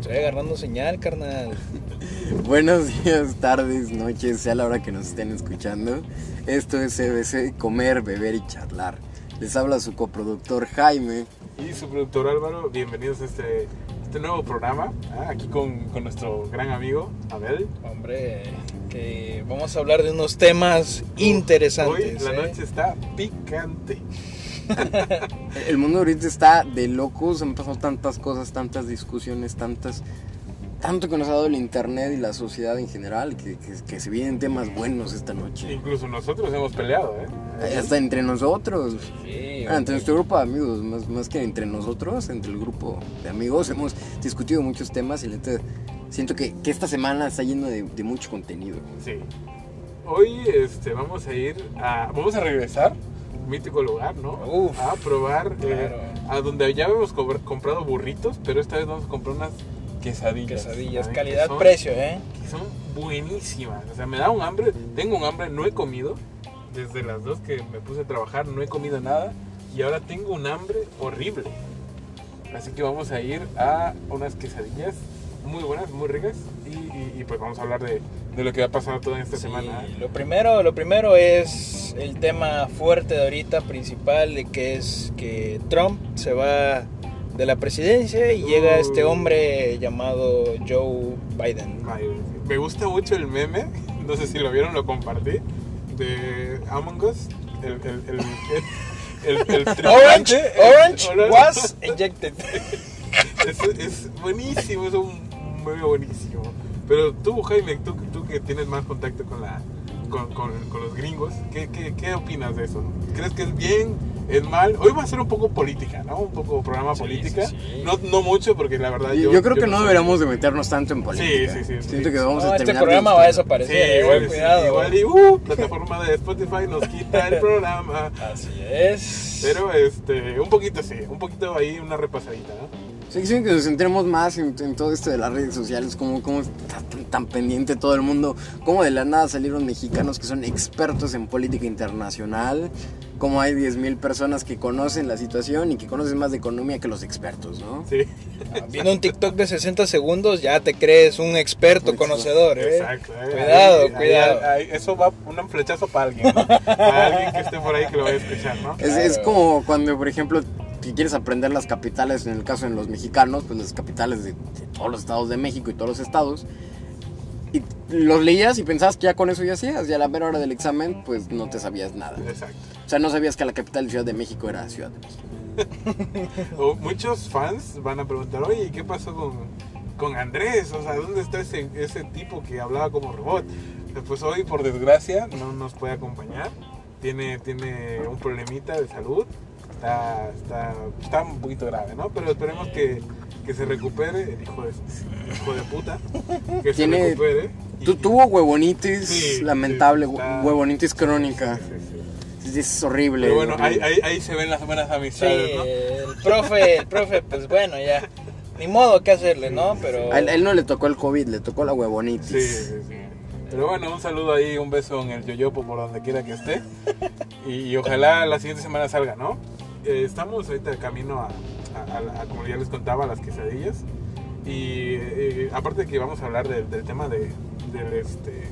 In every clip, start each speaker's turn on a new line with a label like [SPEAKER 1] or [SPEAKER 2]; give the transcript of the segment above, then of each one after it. [SPEAKER 1] Estoy agarrando señal, carnal.
[SPEAKER 2] Buenos días, tardes, noches, sea la hora que nos estén escuchando. Esto es CBC Comer, Beber y Charlar. Les habla su coproductor Jaime.
[SPEAKER 3] Y su productor Álvaro, bienvenidos a este, este nuevo programa, ah, aquí con, con nuestro gran amigo Abel.
[SPEAKER 1] Hombre, que vamos a hablar de unos temas
[SPEAKER 3] Hoy
[SPEAKER 1] interesantes.
[SPEAKER 3] la
[SPEAKER 1] ¿eh?
[SPEAKER 3] noche está picante.
[SPEAKER 2] El mundo ahorita está de locos, han pasado tantas cosas, tantas discusiones, tantas... Tanto que nos ha dado el internet y la sociedad en general, que, que- que se vienen temas buenos esta noche.
[SPEAKER 3] Incluso nosotros hemos peleado, ¿eh?
[SPEAKER 2] Hasta entre nosotros.
[SPEAKER 1] Sí,
[SPEAKER 2] Ah, entre nuestro grupo de amigos, más, más que entre nosotros, entre el grupo de amigos, hemos discutido muchos temas y la neta, siento que, que esta semana está lleno de, de mucho contenido.
[SPEAKER 3] Sí. Hoy este, vamos a ir a. Vamos a regresar. un Mítico lugar, ¿no?
[SPEAKER 1] Uf,
[SPEAKER 3] a probar. eh,
[SPEAKER 1] claro.
[SPEAKER 3] a donde ya habíamos cobr- comprado burritos, pero esta vez vamos a comprar unas quesadillas.
[SPEAKER 1] quesadillas,
[SPEAKER 3] ¿eh? Que son-
[SPEAKER 1] calidad-precio, ¿eh?
[SPEAKER 3] que son buenísimas. O sea, me da un hambre, tengo un hambre, no he comido. Desde las dos que me puse a trabajar no he comido nada y ahora tengo un hambre horrible. Así que vamos a ir a unas quesadillas muy buenas, muy ricas y, y- y pues vamos a hablar de, de lo que ha pasado toda esta
[SPEAKER 1] Sí,
[SPEAKER 3] semana.
[SPEAKER 1] Lo primero, lo primero es el tema fuerte de ahorita principal, de que es que Trump se va de la presidencia y llega
[SPEAKER 3] Uh.
[SPEAKER 1] este hombre llamado Joe Biden.
[SPEAKER 3] Ay, Me gusta mucho el meme, no sé si lo vieron, lo compartí, de Among Us, el, el, el, el- el- el tripulante,
[SPEAKER 1] Orange,
[SPEAKER 3] el-
[SPEAKER 1] orange
[SPEAKER 3] Orange.
[SPEAKER 1] was ejected.
[SPEAKER 3] Es, es buenísimo, es un meme buenísimo. Pero tú, Jaime, tú, tú que tienes más contacto con, la, con, con- con los gringos, ¿qué, qué, qué opinas de eso? ¿Crees que es bien? ¿Es mal? Hoy va a ser un poco política, ¿no? Un poco programa
[SPEAKER 1] Sí,
[SPEAKER 3] política.
[SPEAKER 1] sí, sí.
[SPEAKER 3] No, no mucho, porque la verdad
[SPEAKER 2] Yo,
[SPEAKER 3] Ah, yo...
[SPEAKER 2] yo creo que no
[SPEAKER 3] soy-
[SPEAKER 2] deberíamos de meternos tanto en política.
[SPEAKER 3] sí, sí, sí.
[SPEAKER 2] Siento que vamos
[SPEAKER 1] No,
[SPEAKER 2] a
[SPEAKER 1] este
[SPEAKER 2] terminar...
[SPEAKER 1] programa
[SPEAKER 2] de-
[SPEAKER 1] va a
[SPEAKER 3] Sí,
[SPEAKER 1] desaparecer. eh,
[SPEAKER 3] igual,
[SPEAKER 1] cuidado.
[SPEAKER 3] igual y uh, plataforma de Spotify nos quita el programa.
[SPEAKER 1] Así es.
[SPEAKER 3] Pero este, un poquito sí, un poquito ahí una repasadita, ¿no?
[SPEAKER 2] Sí, siento que nos centremos más en, en todo esto de las redes sociales, como, como está tan, tan pendiente todo el mundo, como de la nada salieron mexicanos que son expertos en política internacional, como hay 10.000 personas que conocen la situación y que conocen más de economía que los expertos, ¿no?
[SPEAKER 3] Sí.
[SPEAKER 1] Viendo un TikTok de 60 segundos, ya te crees un experto
[SPEAKER 2] Mucho.
[SPEAKER 1] conocedor, ¿eh?
[SPEAKER 3] Exacto. eh.
[SPEAKER 1] Cuidado,
[SPEAKER 3] Ahí- ahí-
[SPEAKER 1] cuidado.
[SPEAKER 3] ahí- eso va un flechazo para alguien, ¿no? Para alguien que esté por ahí que lo vaya a escuchar, ¿no?
[SPEAKER 2] Es, es
[SPEAKER 1] Claro.
[SPEAKER 2] como cuando, por ejemplo, si quieres aprender las capitales, en el caso de los mexicanos, pues las capitales de, de todos los estados de México y todos los estados, y los leías y pensabas que ya con eso ya hacías, y a la mera hora del examen, pues no te sabías nada.
[SPEAKER 3] Exacto.
[SPEAKER 2] O sea, no sabías que la capital de Ciudad de México era Ciudad de México.
[SPEAKER 3] O Oh, muchos fans van a preguntar, oye, ¿qué pasó con, con Andrés? O sea, ¿dónde está ese, ese tipo que hablaba como robot? Eh, Pues hoy, por desgracia, no nos puede acompañar. Tiene, tiene un problemita de salud. Está, está, está un poquito grave, ¿no? Pero esperemos que, que se recupere, el hijo de, hijo de puta. Que se
[SPEAKER 2] Tiene-
[SPEAKER 3] recupere. y-
[SPEAKER 2] Tu- tuvo huevonitis
[SPEAKER 3] Sí,
[SPEAKER 2] lamentable,
[SPEAKER 3] sí,
[SPEAKER 2] hue-
[SPEAKER 3] está-
[SPEAKER 2] huevonitis crónica.
[SPEAKER 3] Sí, sí, sí.
[SPEAKER 2] Es, es horrible.
[SPEAKER 3] Pero bueno, ahí,
[SPEAKER 2] horrible.
[SPEAKER 3] ahí, ahí se ven las buenas
[SPEAKER 1] Sí,
[SPEAKER 3] amistades, ¿no?
[SPEAKER 1] el profe, el profe, pues bueno, ya. Ni modo que hacerle, ¿no? Pero.
[SPEAKER 2] A él, a él no le tocó el COVID, le tocó la huevonitis.
[SPEAKER 3] Sí, sí, sí. Pero bueno, un saludo ahí, un beso en el yoyopo por donde quiera que esté. Y, y ojalá la siguiente semana salga, ¿no? Eh, estamos ahorita de camino a, a- a la- a, como ya les contaba, a las quesadillas. Y eh, aparte de que vamos a hablar del, del tema de, del, este,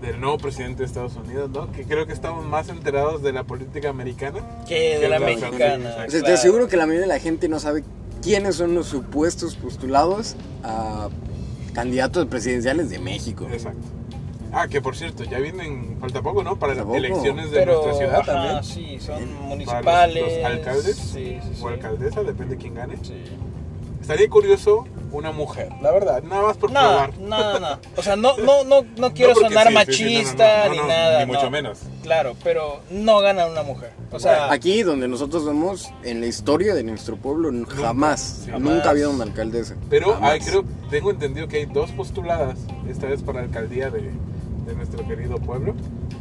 [SPEAKER 3] del nuevo presidente de Estados Unidos, ¿no? Que creo que estamos más enterados de la política americana.
[SPEAKER 1] Que de la
[SPEAKER 3] Ah, Claro,
[SPEAKER 1] mexicana.
[SPEAKER 3] sí, sí, sí.
[SPEAKER 2] O sea,
[SPEAKER 1] claro.
[SPEAKER 2] Te aseguro que la mayoría de la gente no sabe quiénes son los supuestos postulados a candidatos presidenciales de México.
[SPEAKER 3] Exacto. Ah, que por cierto, ya vienen, falta poco, ¿no?
[SPEAKER 2] Falta
[SPEAKER 3] Para las
[SPEAKER 2] poco.
[SPEAKER 3] elecciones de
[SPEAKER 1] Pero,
[SPEAKER 3] nuestra ciudad
[SPEAKER 1] ajá,
[SPEAKER 3] también.
[SPEAKER 1] Sí,
[SPEAKER 2] Para
[SPEAKER 1] son
[SPEAKER 2] los-
[SPEAKER 1] municipales.
[SPEAKER 3] los alcaldes
[SPEAKER 1] Sí, sí, sí.
[SPEAKER 3] o alcaldesa, depende de quién gane.
[SPEAKER 1] Sí.
[SPEAKER 3] Estaría curioso una mujer, la verdad, nada más por
[SPEAKER 1] No,
[SPEAKER 3] probar.
[SPEAKER 1] no, no. O sea, no, no, no, no quiero
[SPEAKER 3] porque
[SPEAKER 1] sonar
[SPEAKER 3] sí, sí, sí, no, no,
[SPEAKER 1] machista
[SPEAKER 3] no, no,
[SPEAKER 1] ni nada.
[SPEAKER 3] Ni mucho
[SPEAKER 1] no.
[SPEAKER 3] menos.
[SPEAKER 1] Claro, pero no gana una mujer. O sea,
[SPEAKER 2] Aquí donde nosotros vamos, en la historia de nuestro pueblo, n- jamás,
[SPEAKER 3] sí.
[SPEAKER 1] Jamás.
[SPEAKER 2] nunca ha habido una alcaldesa.
[SPEAKER 3] Pero
[SPEAKER 2] Jamás.
[SPEAKER 3] ay, creo, tengo entendido que hay dos postuladas, esta vez para la alcaldía de, de nuestro querido pueblo.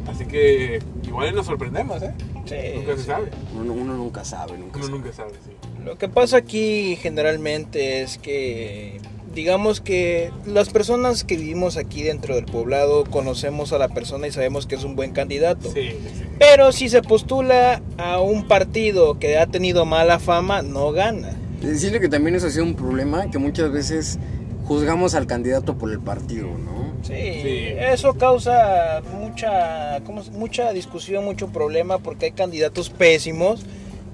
[SPEAKER 3] Así que igual nos sorprendemos, ¿eh?
[SPEAKER 1] sí,
[SPEAKER 3] nunca se
[SPEAKER 1] sí.
[SPEAKER 3] sabe.
[SPEAKER 2] Uno, uno nunca sabe, nunca
[SPEAKER 3] Uno
[SPEAKER 2] sabe.
[SPEAKER 3] nunca sabe, sí.
[SPEAKER 1] Lo que pasa aquí generalmente es que digamos que las personas que vivimos aquí dentro del poblado conocemos a la persona y sabemos que es un buen candidato.
[SPEAKER 3] Sí, sí.
[SPEAKER 1] Pero si se postula a un partido que ha tenido mala fama, no gana.
[SPEAKER 2] Decirle que también eso ha sido un problema, que muchas veces juzgamos al candidato por el partido, ¿no?
[SPEAKER 1] Sí,
[SPEAKER 3] Sí.
[SPEAKER 1] eso causa mucha, ¿cómo se- mucha discusión, mucho problema porque hay candidatos pésimos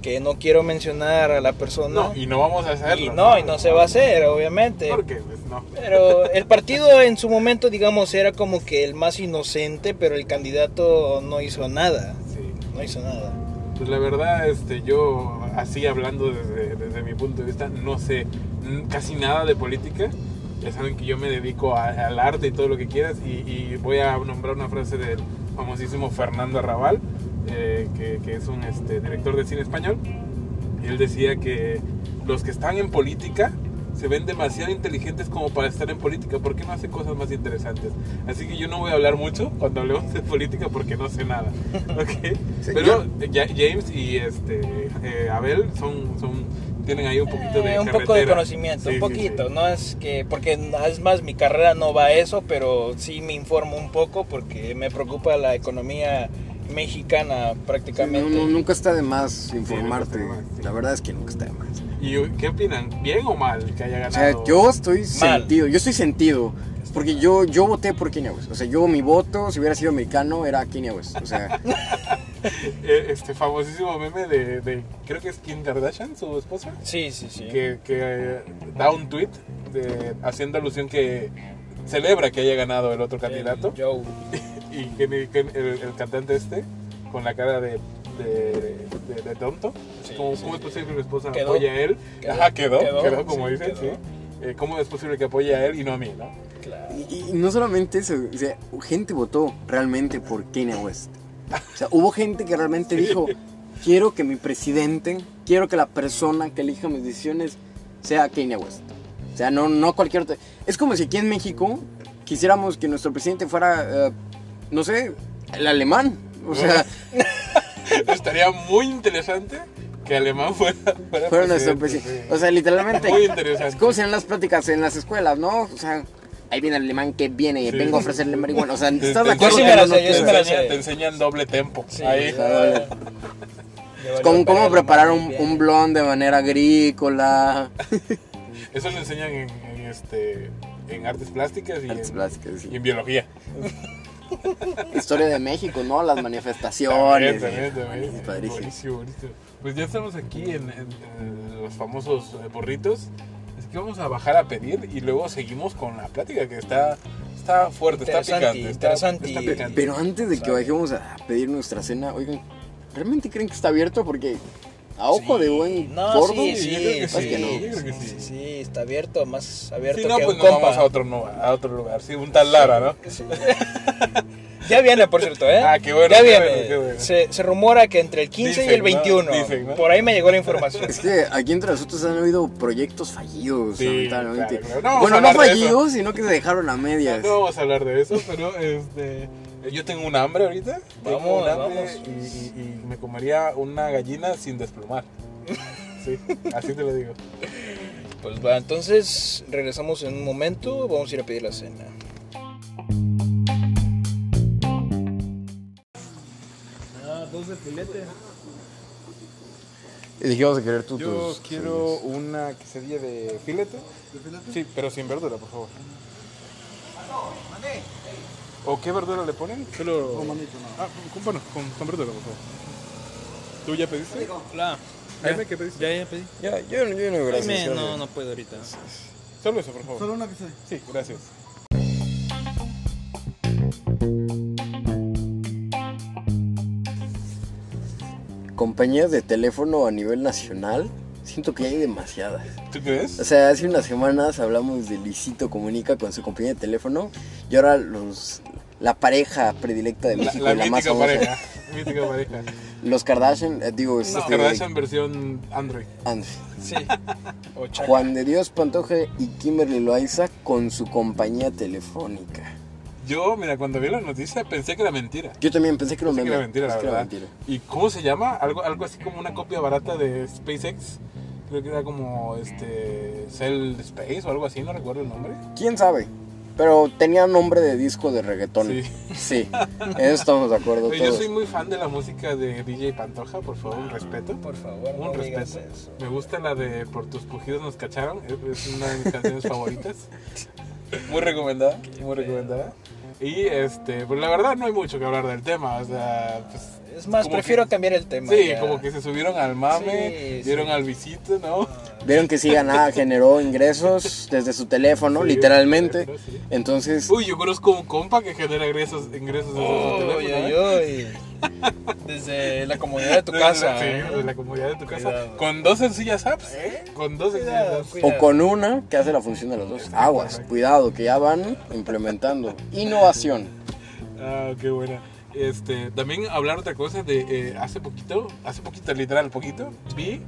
[SPEAKER 1] que no quiero mencionar a la persona.
[SPEAKER 3] No, y no vamos a
[SPEAKER 1] Y
[SPEAKER 3] hacerlo.
[SPEAKER 1] no, y no se va a hacer, obviamente.
[SPEAKER 3] Porque, pues, no.
[SPEAKER 1] Pero el partido en su momento, digamos, era como que el más inocente, pero el candidato no hizo nada.
[SPEAKER 3] Sí.
[SPEAKER 1] No hizo nada.
[SPEAKER 3] Pues la verdad, este, yo así hablando desde, desde mi punto de vista, no sé mm, casi nada de política. Ya saben que yo me dedico a- al arte y todo lo que quieras. Y, y voy a nombrar una frase del famosísimo Fernando Arrabal, eh, que, que es un este, director de cine español. Y él decía que los que están en política se ven demasiado inteligentes como para estar en política. ¿Por qué no hace cosas más interesantes? Así que yo no voy a hablar mucho cuando hablemos de política porque no sé nada. ¿ok?
[SPEAKER 2] Sí,
[SPEAKER 3] Pero Ya- James y este eh, Abel son, son tienen ahí un poquito de
[SPEAKER 1] Eh, un poco de
[SPEAKER 3] carretera.
[SPEAKER 1] conocimiento, un
[SPEAKER 3] Sí, sí,
[SPEAKER 1] poquito.
[SPEAKER 3] sí.
[SPEAKER 1] No es que, porque es más, mi carrera no va a eso, pero sí me informo un poco porque me preocupa la economía mexicana prácticamente.
[SPEAKER 2] Sí, no, no, nunca está de más
[SPEAKER 3] nunca
[SPEAKER 2] informarte.
[SPEAKER 3] está de más, sí.
[SPEAKER 2] La verdad es que nunca está de más.
[SPEAKER 3] ¿Y qué opinan? ¿Bien o mal que haya
[SPEAKER 2] O
[SPEAKER 3] ganado?
[SPEAKER 2] sea, yo estoy
[SPEAKER 1] Mal.
[SPEAKER 2] sentido, yo estoy sentido. Porque yo, yo voté por Kanye West. O sea, yo mi voto, si hubiera sido americano, era Kanye West. O sea,
[SPEAKER 3] Eh, este famosísimo meme de, de- creo que es Kim Kardashian, su esposa,
[SPEAKER 1] Sí, sí, sí.
[SPEAKER 3] que, que, eh, da un tweet de- haciendo alusión que celebra que haya ganado el otro candidato
[SPEAKER 1] El Joe.
[SPEAKER 3] y que, ni- que el, el cantante este con la cara de de, de- de tonto
[SPEAKER 1] Sí,
[SPEAKER 3] como,
[SPEAKER 1] sí,
[SPEAKER 3] ¿Cómo es
[SPEAKER 1] sí.
[SPEAKER 3] posible que mi esposa
[SPEAKER 1] Quedó.
[SPEAKER 3] apoye a él?
[SPEAKER 1] Quedó.
[SPEAKER 3] Ajá, quedó, quedó,
[SPEAKER 1] Quedó,
[SPEAKER 3] como
[SPEAKER 1] sí,
[SPEAKER 3] dicen,
[SPEAKER 1] quedó.
[SPEAKER 3] sí. Eh, ¿Cómo es posible que apoye a él y no a mí, no?
[SPEAKER 1] Claro.
[SPEAKER 2] y, y no solamente eso, o sea, gente votó realmente por Kanye West. O sea, hubo gente que realmente dijo, quiero que mi presidente, quiero que la persona que elija mis decisiones sea Kanye West. O sea, no, no cualquier otra. Es como si aquí en México quisiéramos que nuestro presidente fuera, eh, no sé, el alemán. O sea,
[SPEAKER 3] Estaría muy interesante que Alemán fuera, fuera
[SPEAKER 2] fuera nuestro
[SPEAKER 3] presidente,
[SPEAKER 2] presidente.
[SPEAKER 3] sí.
[SPEAKER 2] O sea, literalmente.
[SPEAKER 3] Muy interesante.
[SPEAKER 2] Es como si en las pláticas en las escuelas, ¿no? O sea, ahí viene el alemán que viene,
[SPEAKER 3] Sí.
[SPEAKER 2] vengo a ofrecerle marihuana. O sea,
[SPEAKER 3] Te-
[SPEAKER 2] ¿estás
[SPEAKER 3] te
[SPEAKER 2] de acuerdo?
[SPEAKER 1] sí
[SPEAKER 2] que
[SPEAKER 1] me la sé,
[SPEAKER 2] no
[SPEAKER 1] yo
[SPEAKER 3] te,
[SPEAKER 2] te-
[SPEAKER 1] sí me la sé.
[SPEAKER 3] enseña- te enseñan doble tempo.
[SPEAKER 1] Sí,
[SPEAKER 3] ahí.
[SPEAKER 1] ya valió- ya valió
[SPEAKER 2] Ah, ¿Cómo, cómo
[SPEAKER 1] verga,
[SPEAKER 2] preparar
[SPEAKER 1] madre,
[SPEAKER 2] un,
[SPEAKER 1] bien.
[SPEAKER 2] un blond de manera agrícola?
[SPEAKER 3] Eso lo enseñan en, en, este, en artes plásticas y,
[SPEAKER 2] Artes
[SPEAKER 3] en,
[SPEAKER 2] plásticas, sí.
[SPEAKER 3] y en biología.
[SPEAKER 2] Historia de México, ¿no? Las manifestaciones.
[SPEAKER 3] También, también,
[SPEAKER 2] Es
[SPEAKER 3] también.
[SPEAKER 2] Padrísimo.
[SPEAKER 3] Buenísimo, buenísimo. Pues ya estamos aquí en, en- en los famosos eh, burritos. Así que vamos a bajar a pedir y luego seguimos con la plática que está, está fuerte, está
[SPEAKER 1] Interesante,
[SPEAKER 3] picante. Está,
[SPEAKER 1] interesante.
[SPEAKER 3] está picante.
[SPEAKER 2] Pero antes de que bajemos a pedir nuestra cena, oigan, ¿realmente creen que está abierto? Porque a ojo
[SPEAKER 1] Sí.
[SPEAKER 2] de buen
[SPEAKER 1] no,
[SPEAKER 2] gordo,
[SPEAKER 1] sí,
[SPEAKER 3] yo
[SPEAKER 1] sí,
[SPEAKER 3] creo que
[SPEAKER 1] sí,
[SPEAKER 2] sí,
[SPEAKER 1] sí,
[SPEAKER 3] yo creo que
[SPEAKER 1] sí,
[SPEAKER 3] sí.
[SPEAKER 1] sí, está abierto, más abierto
[SPEAKER 3] si no,
[SPEAKER 1] que
[SPEAKER 3] pues
[SPEAKER 1] un
[SPEAKER 3] nos
[SPEAKER 1] compa.
[SPEAKER 3] vamos a otro, nu- a otro lugar. Sí, un tal Lara, ¿no?
[SPEAKER 1] Sí. Ya viene, por cierto, ¿eh?
[SPEAKER 3] Ah, qué bueno,
[SPEAKER 1] Ya
[SPEAKER 3] qué
[SPEAKER 1] viene.
[SPEAKER 3] bueno, qué bueno.
[SPEAKER 1] Se, se rumora que entre el 15 y
[SPEAKER 3] Dicen,
[SPEAKER 1] el
[SPEAKER 3] ¿no?
[SPEAKER 1] 21.
[SPEAKER 3] Dicen, ¿no?
[SPEAKER 1] Por ahí me llegó la información.
[SPEAKER 2] Es que aquí entre nosotros han habido proyectos fallidos,
[SPEAKER 3] Sí,
[SPEAKER 2] lamentablemente.
[SPEAKER 3] claro, claro. No vamos a
[SPEAKER 2] bueno, no
[SPEAKER 3] hablar de eso.
[SPEAKER 2] fallidos, sino que se dejaron a medias.
[SPEAKER 3] No vamos a hablar de eso, pero este, yo tengo un hambre ahorita. Tengo
[SPEAKER 1] Vamos,
[SPEAKER 3] un hambre
[SPEAKER 1] vamos.
[SPEAKER 3] Y, y- y me comería una gallina sin desplumar. Sí, así te lo digo.
[SPEAKER 1] Pues va, entonces regresamos en un momento. Vamos a ir a pedir la cena. Ah, dos de filete.
[SPEAKER 2] Y dijimos de querer tú
[SPEAKER 3] Yo
[SPEAKER 2] tus-
[SPEAKER 3] quiero una quesadilla de filete. Ah, Sí, pero sin verdura, por favor. ¿O qué verdura le ponen? Solo. Ah, con, bueno, con, con verdura, por favor. ¿Tú ya pediste?
[SPEAKER 1] Hola.
[SPEAKER 3] Dime qué pediste.
[SPEAKER 1] Ya, ya pedí.
[SPEAKER 2] Ya, yo, yo no, gracias. yo no.
[SPEAKER 1] no puedo ahorita.
[SPEAKER 3] Solo eso, por favor. Solo una quesadilla. Sí, gracias.
[SPEAKER 2] Compañías de teléfono a nivel nacional, siento que hay demasiadas.
[SPEAKER 3] ¿Tú crees?
[SPEAKER 2] O sea, hace unas semanas hablamos de Luisito Comunica con su compañía de teléfono y ahora los la pareja predilecta de
[SPEAKER 3] La,
[SPEAKER 2] México,
[SPEAKER 3] la
[SPEAKER 2] la, más
[SPEAKER 3] mítica
[SPEAKER 2] famosa.
[SPEAKER 3] pareja. mítica pareja.
[SPEAKER 2] Los Kardashian, eh, digo,
[SPEAKER 3] Los
[SPEAKER 2] este,
[SPEAKER 3] Kardashian versión Android.
[SPEAKER 2] and-
[SPEAKER 1] Sí. O chaca.
[SPEAKER 2] Juan de Dios Pantoja y Kimberly Loaiza con su compañía telefónica.
[SPEAKER 3] Yo, mira, cuando vi la noticia pensé que era mentira.
[SPEAKER 2] Yo también pensé que era un
[SPEAKER 3] Pensé
[SPEAKER 2] meme.
[SPEAKER 3] que era mentira, la
[SPEAKER 2] pensé que era
[SPEAKER 3] verdad.
[SPEAKER 2] mentira.
[SPEAKER 3] ¿Y cómo se llama? Algo, algo así como una copia barata de SpaceX. Creo que era como este Cell Space o algo así, no recuerdo el nombre.
[SPEAKER 2] ¿Quién sabe? Pero tenía nombre de disco de reggaetón.
[SPEAKER 3] Sí.
[SPEAKER 2] Sí, en eso estamos de acuerdo
[SPEAKER 3] Pero yo
[SPEAKER 2] todos.
[SPEAKER 3] soy muy fan de la música de DJ Pantoja, por favor, un respeto.
[SPEAKER 1] Por favor,
[SPEAKER 3] Un
[SPEAKER 1] no digas
[SPEAKER 3] respeto.
[SPEAKER 1] eso.
[SPEAKER 3] Me gusta la de Por tus pujidos nos cacharon, es es una de mis canciones favoritas. Muy recomendada, muy recomendada. Y este, pues la verdad no hay mucho que hablar del tema, o sea, pues,
[SPEAKER 1] Es más,
[SPEAKER 3] Como
[SPEAKER 1] prefiero
[SPEAKER 3] que-
[SPEAKER 1] cambiar el tema.
[SPEAKER 3] sí,
[SPEAKER 1] ya.
[SPEAKER 3] como que se subieron al mame,
[SPEAKER 1] Sí,
[SPEAKER 3] dieron
[SPEAKER 1] sí.
[SPEAKER 3] al visito, ¿no?
[SPEAKER 2] Vieron que sí ganaba, generó ingresos desde su teléfono,
[SPEAKER 3] Sí,
[SPEAKER 2] literalmente.
[SPEAKER 3] pero sí.
[SPEAKER 2] Entonces,
[SPEAKER 3] Uy, yo conozco un compa que genera ingresos, ingresos desde su
[SPEAKER 1] Uy,
[SPEAKER 3] teléfono, ¿eh?
[SPEAKER 1] uy, uy. Desde la comodidad de tu
[SPEAKER 3] Desde-
[SPEAKER 1] casa.
[SPEAKER 3] sí,
[SPEAKER 1] ¿eh?
[SPEAKER 3] desde la comunidad de tu casa.
[SPEAKER 1] Cuidado.
[SPEAKER 3] Con dos sencillas apps.
[SPEAKER 1] ¿Eh?
[SPEAKER 3] Con dos sencillas
[SPEAKER 1] Cuidado,
[SPEAKER 3] apps.
[SPEAKER 2] o con una que hace la función de los dos. Aguas, cuidado, que ya van implementando. Innovación.
[SPEAKER 3] Ah, qué buena. Este, también hablar otra cosa de eh, hace poquito, hace poquito, literal, poquito, vi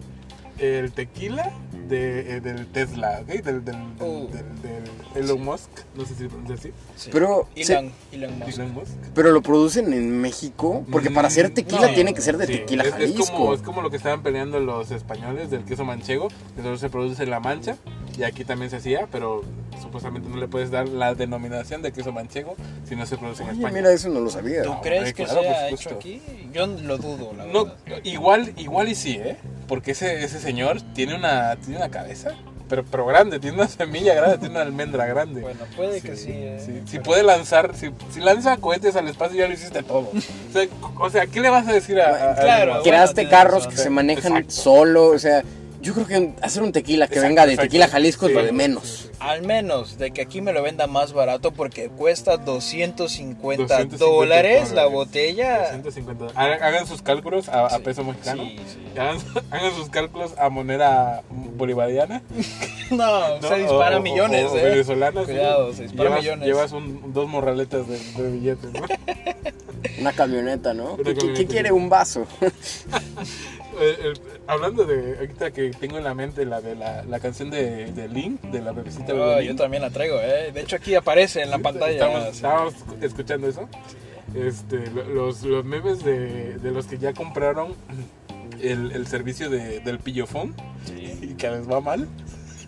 [SPEAKER 3] el tequila de, eh, del Tesla, ¿ok? Del, del,
[SPEAKER 1] Oh.
[SPEAKER 3] del- del Elon Musk, no sé si se pronuncia así.
[SPEAKER 1] Sí.
[SPEAKER 2] Pero,
[SPEAKER 1] Elon, Elon Musk.
[SPEAKER 3] Elon Musk.
[SPEAKER 2] Pero lo producen en México, porque para hacer tequila
[SPEAKER 3] Mm, no,
[SPEAKER 2] tiene que ser de
[SPEAKER 3] sí.
[SPEAKER 2] tequila
[SPEAKER 3] es, es
[SPEAKER 2] Jalisco.
[SPEAKER 3] como, es como lo que estaban peleando los españoles del queso manchego, que solo se produce en La Mancha, y aquí también se hacía, pero supuestamente no le puedes dar la denominación de queso manchego si no se produce en
[SPEAKER 2] Oye,
[SPEAKER 3] España.
[SPEAKER 2] mira, eso no lo sabía.
[SPEAKER 1] ¿Tú
[SPEAKER 3] No,
[SPEAKER 1] crees
[SPEAKER 3] hombre,
[SPEAKER 1] que
[SPEAKER 3] claro,
[SPEAKER 1] sea
[SPEAKER 3] por
[SPEAKER 1] hecho
[SPEAKER 3] supuesto.
[SPEAKER 1] aquí? Yo lo dudo, la
[SPEAKER 3] No,
[SPEAKER 1] verdad.
[SPEAKER 3] igual, igual y sí, ¿eh? Porque ese, ese señor tiene una, tiene una cabeza, pero, pero grande, tiene una semilla grande, tiene una almendra grande.
[SPEAKER 1] Bueno, puede que sí. ¿eh?
[SPEAKER 3] sí. Si
[SPEAKER 1] Pero-
[SPEAKER 3] puede lanzar, si, si lanza cohetes al espacio, ya lo hiciste todo. O sea, c- o sea, ¿qué le vas a decir a. a- a-
[SPEAKER 1] Claro.
[SPEAKER 3] a-
[SPEAKER 2] Creaste
[SPEAKER 1] bueno, tienes
[SPEAKER 2] carros
[SPEAKER 1] razón.
[SPEAKER 2] que se manejan
[SPEAKER 3] Exacto.
[SPEAKER 2] solo, o sea, yo creo que hacer un tequila que
[SPEAKER 3] Exacto,
[SPEAKER 2] venga de
[SPEAKER 3] exacto.
[SPEAKER 2] tequila Jalisco
[SPEAKER 3] Sí,
[SPEAKER 2] es lo de
[SPEAKER 3] sí,
[SPEAKER 2] menos.
[SPEAKER 3] sí, sí.
[SPEAKER 1] Al menos de que aquí me lo venda más barato porque cuesta 250,
[SPEAKER 3] 250
[SPEAKER 1] dólares la
[SPEAKER 3] dólares.
[SPEAKER 1] botella.
[SPEAKER 3] 250. Ha- Hagan sus cálculos a, a
[SPEAKER 1] Sí,
[SPEAKER 3] peso mexicano.
[SPEAKER 1] sí, sí.
[SPEAKER 3] Hagan, hagan sus cálculos a moneda bolivariana.
[SPEAKER 1] No,
[SPEAKER 3] ¿no?
[SPEAKER 1] se dispara
[SPEAKER 3] O- o-
[SPEAKER 1] millones,
[SPEAKER 3] o
[SPEAKER 1] eh.
[SPEAKER 3] venezolanas, sí.
[SPEAKER 1] Cuidado, se dispara
[SPEAKER 3] llevas,
[SPEAKER 1] millones.
[SPEAKER 3] Llevas un, dos morraletas de, de billetes, ¿no?
[SPEAKER 2] Una camioneta, ¿no?
[SPEAKER 3] Una
[SPEAKER 2] ¿Qué, qué-
[SPEAKER 3] camioneta.
[SPEAKER 2] qué quiere un vaso?
[SPEAKER 3] Eh, eh, hablando de ahorita que tengo en la mente la de la, la canción de, de Link, de la
[SPEAKER 1] Ah,
[SPEAKER 3] bebecita Bebelín.
[SPEAKER 1] yo también la traigo, eh. De hecho, aquí aparece en la pantalla.
[SPEAKER 3] Estábamos, estábamos escuchando eso. Este, lo- los, los memes de, de los que ya compraron el, el servicio de, del pillofón
[SPEAKER 1] Sí,
[SPEAKER 3] y que les va mal.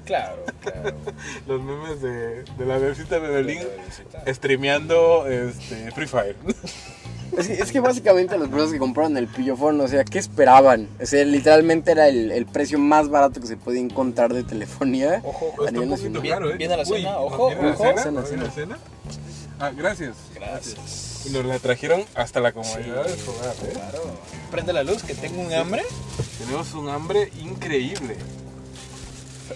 [SPEAKER 1] claro, claro.
[SPEAKER 3] Los memes de, de la bebecita Bebelín
[SPEAKER 1] Está-
[SPEAKER 3] streameando este, Free Fire.
[SPEAKER 2] Es que, es que básicamente las personas que compraron el pillofón, o sea, ¿qué esperaban? O sea, literalmente era el, el precio más barato que se podía encontrar de telefonía.
[SPEAKER 3] Oh.
[SPEAKER 1] Ojo, ojo.
[SPEAKER 2] A nivel nacional.
[SPEAKER 3] caro, ¿eh?
[SPEAKER 1] Viene a la
[SPEAKER 3] Uy,
[SPEAKER 1] cena, ojo,
[SPEAKER 3] ¿viene a la
[SPEAKER 1] ojo.
[SPEAKER 3] cena?
[SPEAKER 2] Cena,
[SPEAKER 3] ¿Viene a la cena? Ah, gracias.
[SPEAKER 1] Gracias.
[SPEAKER 3] Y Nos la trajeron hasta la comodidad del hogar, ¿eh?
[SPEAKER 1] Claro. Prende la luz, que tengo un hambre.
[SPEAKER 3] Tenemos un hambre increíble.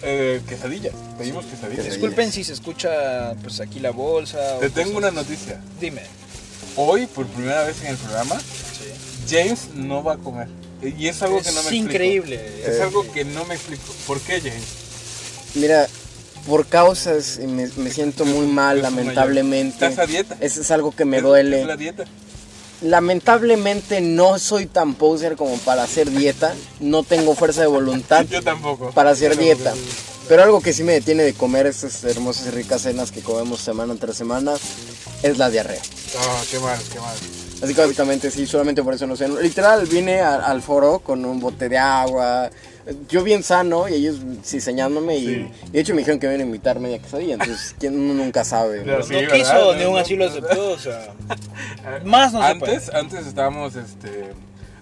[SPEAKER 3] Eh, quesadillas. Pedimos quesadillas.
[SPEAKER 2] quesadillas.
[SPEAKER 1] Disculpen si se escucha, pues aquí la bolsa. o
[SPEAKER 3] Te tengo una
[SPEAKER 1] cosas.
[SPEAKER 3] noticia.
[SPEAKER 1] Dime.
[SPEAKER 3] Hoy, por primera vez en el programa,
[SPEAKER 1] Sí.
[SPEAKER 3] James no va a comer. Y es algo que no me
[SPEAKER 1] es
[SPEAKER 3] explico.
[SPEAKER 1] increíble.
[SPEAKER 3] Es
[SPEAKER 2] Eh,
[SPEAKER 3] algo que no me explico. ¿Por qué, James?
[SPEAKER 2] Mira, por causas eh, me, me siento muy mal,
[SPEAKER 3] Eres un mayor.
[SPEAKER 2] lamentablemente.
[SPEAKER 3] Estás a dieta.
[SPEAKER 2] Eso es algo que me
[SPEAKER 3] Es-
[SPEAKER 2] duele.
[SPEAKER 3] Es la dieta.
[SPEAKER 2] Lamentablemente no soy tan poser como para hacer dieta. No tengo fuerza de voluntad
[SPEAKER 3] Yo tampoco.
[SPEAKER 2] para hacer
[SPEAKER 3] Pero-
[SPEAKER 2] dieta. Pero algo que sí me detiene de comer estas hermosas y ricas cenas que comemos semana tras semana es la diarrea.
[SPEAKER 3] Ah, qué mal, qué mal.
[SPEAKER 2] Así que básicamente sí, solamente por eso no sé. Literal, vine a- al foro con un bote de agua. Yo bien sano y ellos ciseñándome. Y,
[SPEAKER 3] Sí.
[SPEAKER 2] y de hecho me dijeron que me iban a invitar media quesadilla. Entonces, ¿quién, uno nunca sabe.
[SPEAKER 3] Claro.
[SPEAKER 1] Pero
[SPEAKER 2] ¿no?
[SPEAKER 3] Sí,
[SPEAKER 1] no
[SPEAKER 3] ¿verdad?
[SPEAKER 1] quiso, ni
[SPEAKER 3] No,
[SPEAKER 1] un
[SPEAKER 3] no,
[SPEAKER 1] así lo
[SPEAKER 3] no.
[SPEAKER 1] aceptó, o sea.
[SPEAKER 3] Eh,
[SPEAKER 1] Más no se
[SPEAKER 3] antes, antes estábamos este,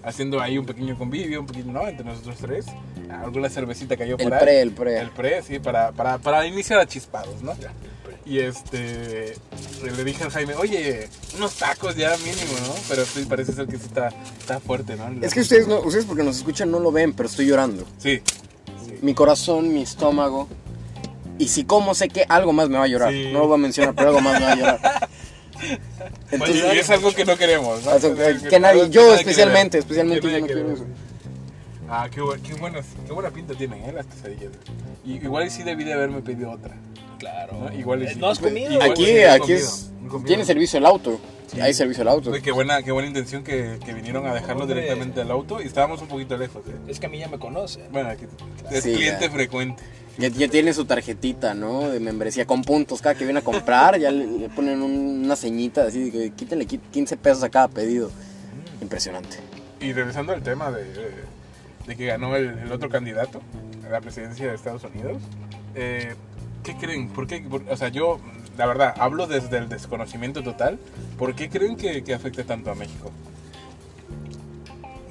[SPEAKER 3] haciendo ahí un pequeño convivio, un pequeño, ¿no? Entre nosotros tres. Alguna cervecita cayó
[SPEAKER 2] El
[SPEAKER 3] por ahí.
[SPEAKER 2] pre, el pre.
[SPEAKER 3] El pre, sí, para, para, para iniciar a chispados, ¿no? Y este, le dije al Jaime, oye, unos tacos ya mínimo, ¿no? Pero sí, parece ser que sí está, está fuerte, ¿no?
[SPEAKER 2] Es que ustedes, no, ustedes porque nos escuchan no lo ven, pero estoy llorando.
[SPEAKER 3] Sí.
[SPEAKER 2] Mi corazón, mi estómago. Y si como, sé que algo más me va a llorar.
[SPEAKER 3] Sí.
[SPEAKER 2] No lo voy a mencionar, pero algo más me va a llorar. Entonces,
[SPEAKER 3] Oye, y es algo que no queremos, ¿no?
[SPEAKER 2] Algo que-
[SPEAKER 3] Es
[SPEAKER 2] que nadie-
[SPEAKER 3] algo
[SPEAKER 2] yo
[SPEAKER 3] nadie
[SPEAKER 2] especialmente,
[SPEAKER 3] quiere.
[SPEAKER 2] especialmente
[SPEAKER 3] Que
[SPEAKER 2] yo
[SPEAKER 3] nadie
[SPEAKER 2] no
[SPEAKER 3] quiere
[SPEAKER 2] quiero
[SPEAKER 3] ver.
[SPEAKER 2] eso.
[SPEAKER 3] Ah, qué, bu- qué, buenas, qué buena pinta tienen, ¿eh? Las quesadillas. Y, igual y sí debí de haberme pedido otra.
[SPEAKER 1] Claro.
[SPEAKER 3] No, igual y
[SPEAKER 1] Eh,
[SPEAKER 3] sí.
[SPEAKER 1] No has comido.
[SPEAKER 3] Igual
[SPEAKER 2] aquí,
[SPEAKER 3] sí, he
[SPEAKER 2] aquí
[SPEAKER 3] comido,
[SPEAKER 2] es.
[SPEAKER 3] he comido.
[SPEAKER 2] Tiene servicio el auto.
[SPEAKER 3] Sí.
[SPEAKER 2] Hay servicio el auto.
[SPEAKER 3] Uy, qué buena, qué buena intención que, que vinieron a dejarlo
[SPEAKER 1] Hombre.
[SPEAKER 3] directamente al auto y estábamos un poquito lejos. ¿eh?
[SPEAKER 1] Es que a mí ya me conoce.
[SPEAKER 3] Bueno, aquí es
[SPEAKER 2] Sí,
[SPEAKER 3] cliente
[SPEAKER 2] ya.
[SPEAKER 3] frecuente.
[SPEAKER 2] Ya, ya tiene su tarjetita, ¿no? De membresía con puntos. Cada que viene a comprar, ya le, le ponen un- una ceñita así de que quítale
[SPEAKER 3] Mm.
[SPEAKER 2] qui- 15 pesos a cada pedido. Impresionante.
[SPEAKER 3] Y regresando al tema de, de- de que ganó el, el otro candidato a la presidencia de Estados Unidos. Eh, ¿Qué creen? ¿Por qué? Por- o sea, yo, la verdad, hablo desde el desconocimiento total. ¿Por qué creen que, que afecte tanto a México?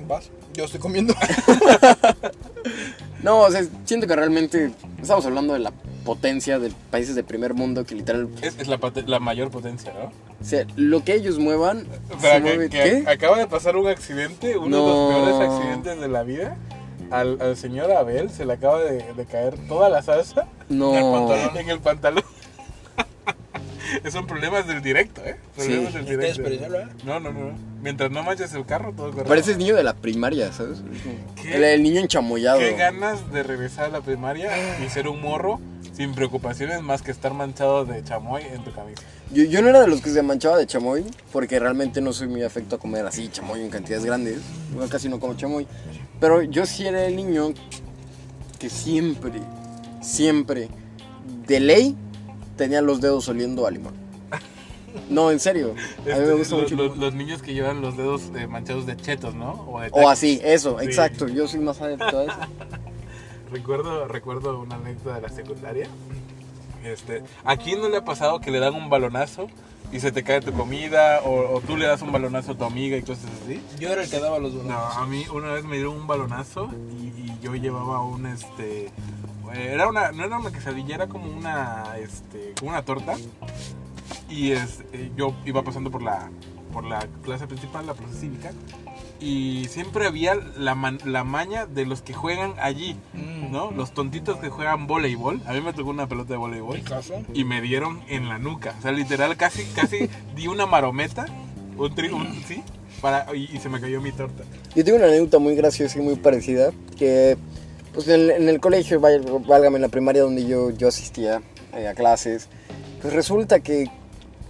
[SPEAKER 1] Vas. Yo estoy comiendo.
[SPEAKER 2] No, o sea, siento que realmente estamos hablando de la potencia de países de primer mundo que literal,
[SPEAKER 3] Es, es la, pote- la mayor potencia, ¿no?
[SPEAKER 2] o sea, lo que ellos muevan,
[SPEAKER 3] O
[SPEAKER 2] se
[SPEAKER 3] sea, que,
[SPEAKER 2] mueve-
[SPEAKER 3] que
[SPEAKER 2] ¿qué?
[SPEAKER 3] acaba de pasar un accidente, uno
[SPEAKER 2] No.
[SPEAKER 3] de los peores accidentes de la vida. Al, al señor Abel se le acaba de, de caer toda la salsa
[SPEAKER 1] el
[SPEAKER 2] No,
[SPEAKER 1] pantalón.
[SPEAKER 3] en el pantalón. Son problemas del directo, ¿eh? Problemas
[SPEAKER 2] Sí.
[SPEAKER 3] del
[SPEAKER 1] Está
[SPEAKER 3] directo.
[SPEAKER 1] desperdiciarlo, ¿eh?
[SPEAKER 3] No, no, no. Mientras no manches el carro, todo correcto.
[SPEAKER 2] pareces niño de la primaria, ¿sabes?
[SPEAKER 3] ¿Qué?
[SPEAKER 2] El, el niño enchamollado.
[SPEAKER 3] Qué ganas de regresar a la primaria y ser un morro sin preocupaciones más que estar manchado de chamoy en tu camisa.
[SPEAKER 2] Yo, yo no era de los que se manchaba de chamoy, porque realmente no soy muy afecto a comer así chamoy en cantidades grandes. Bueno, casi no como chamoy. Pero yo sí era el niño que siempre, siempre, de ley, tenía los dedos oliendo a limón. No, en serio. A mí me
[SPEAKER 3] Este,
[SPEAKER 2] gusta
[SPEAKER 3] lo-
[SPEAKER 2] mucho. el
[SPEAKER 3] lo-
[SPEAKER 2] limón.
[SPEAKER 3] Los niños que llevan los dedos eh, manchados de chetos, ¿no? O, de
[SPEAKER 2] O
[SPEAKER 3] tacos.
[SPEAKER 2] así, eso,
[SPEAKER 3] Sí.
[SPEAKER 2] exacto. Yo soy más adepto a eso.
[SPEAKER 3] Recuerdo, recuerdo una anécdota de la secundaria. Este, ¿A quién no le ha pasado que le dan un balonazo y se te cae tu comida? O, o tú le das un balonazo a tu amiga y cosas así.
[SPEAKER 1] Yo era el que daba los
[SPEAKER 3] No,
[SPEAKER 1] bonos.
[SPEAKER 3] a mí una vez me dieron un balonazo y, y yo llevaba un este. Era una, no era una quesadilla, era como una, este, como una torta. Y este, yo iba pasando por la, por la clase principal, la plaza cívica. Y siempre había la, man- la maña de los que juegan allí.
[SPEAKER 1] Mm.
[SPEAKER 3] ¿no? Los tontitos que juegan voleibol. A mí me tocó una pelota de voleibol
[SPEAKER 1] ¿El caso?
[SPEAKER 3] y me dieron en la nuca. O sea, literal, casi, casi di una marometa, un tri, un- sí, para, y, y se me cayó mi torta.
[SPEAKER 2] Yo tengo una anécdota muy graciosa y muy parecida, que pues en, el- en el colegio, vaya- válgame, en la primaria donde yo, yo asistía eh, a clases, pues resulta que,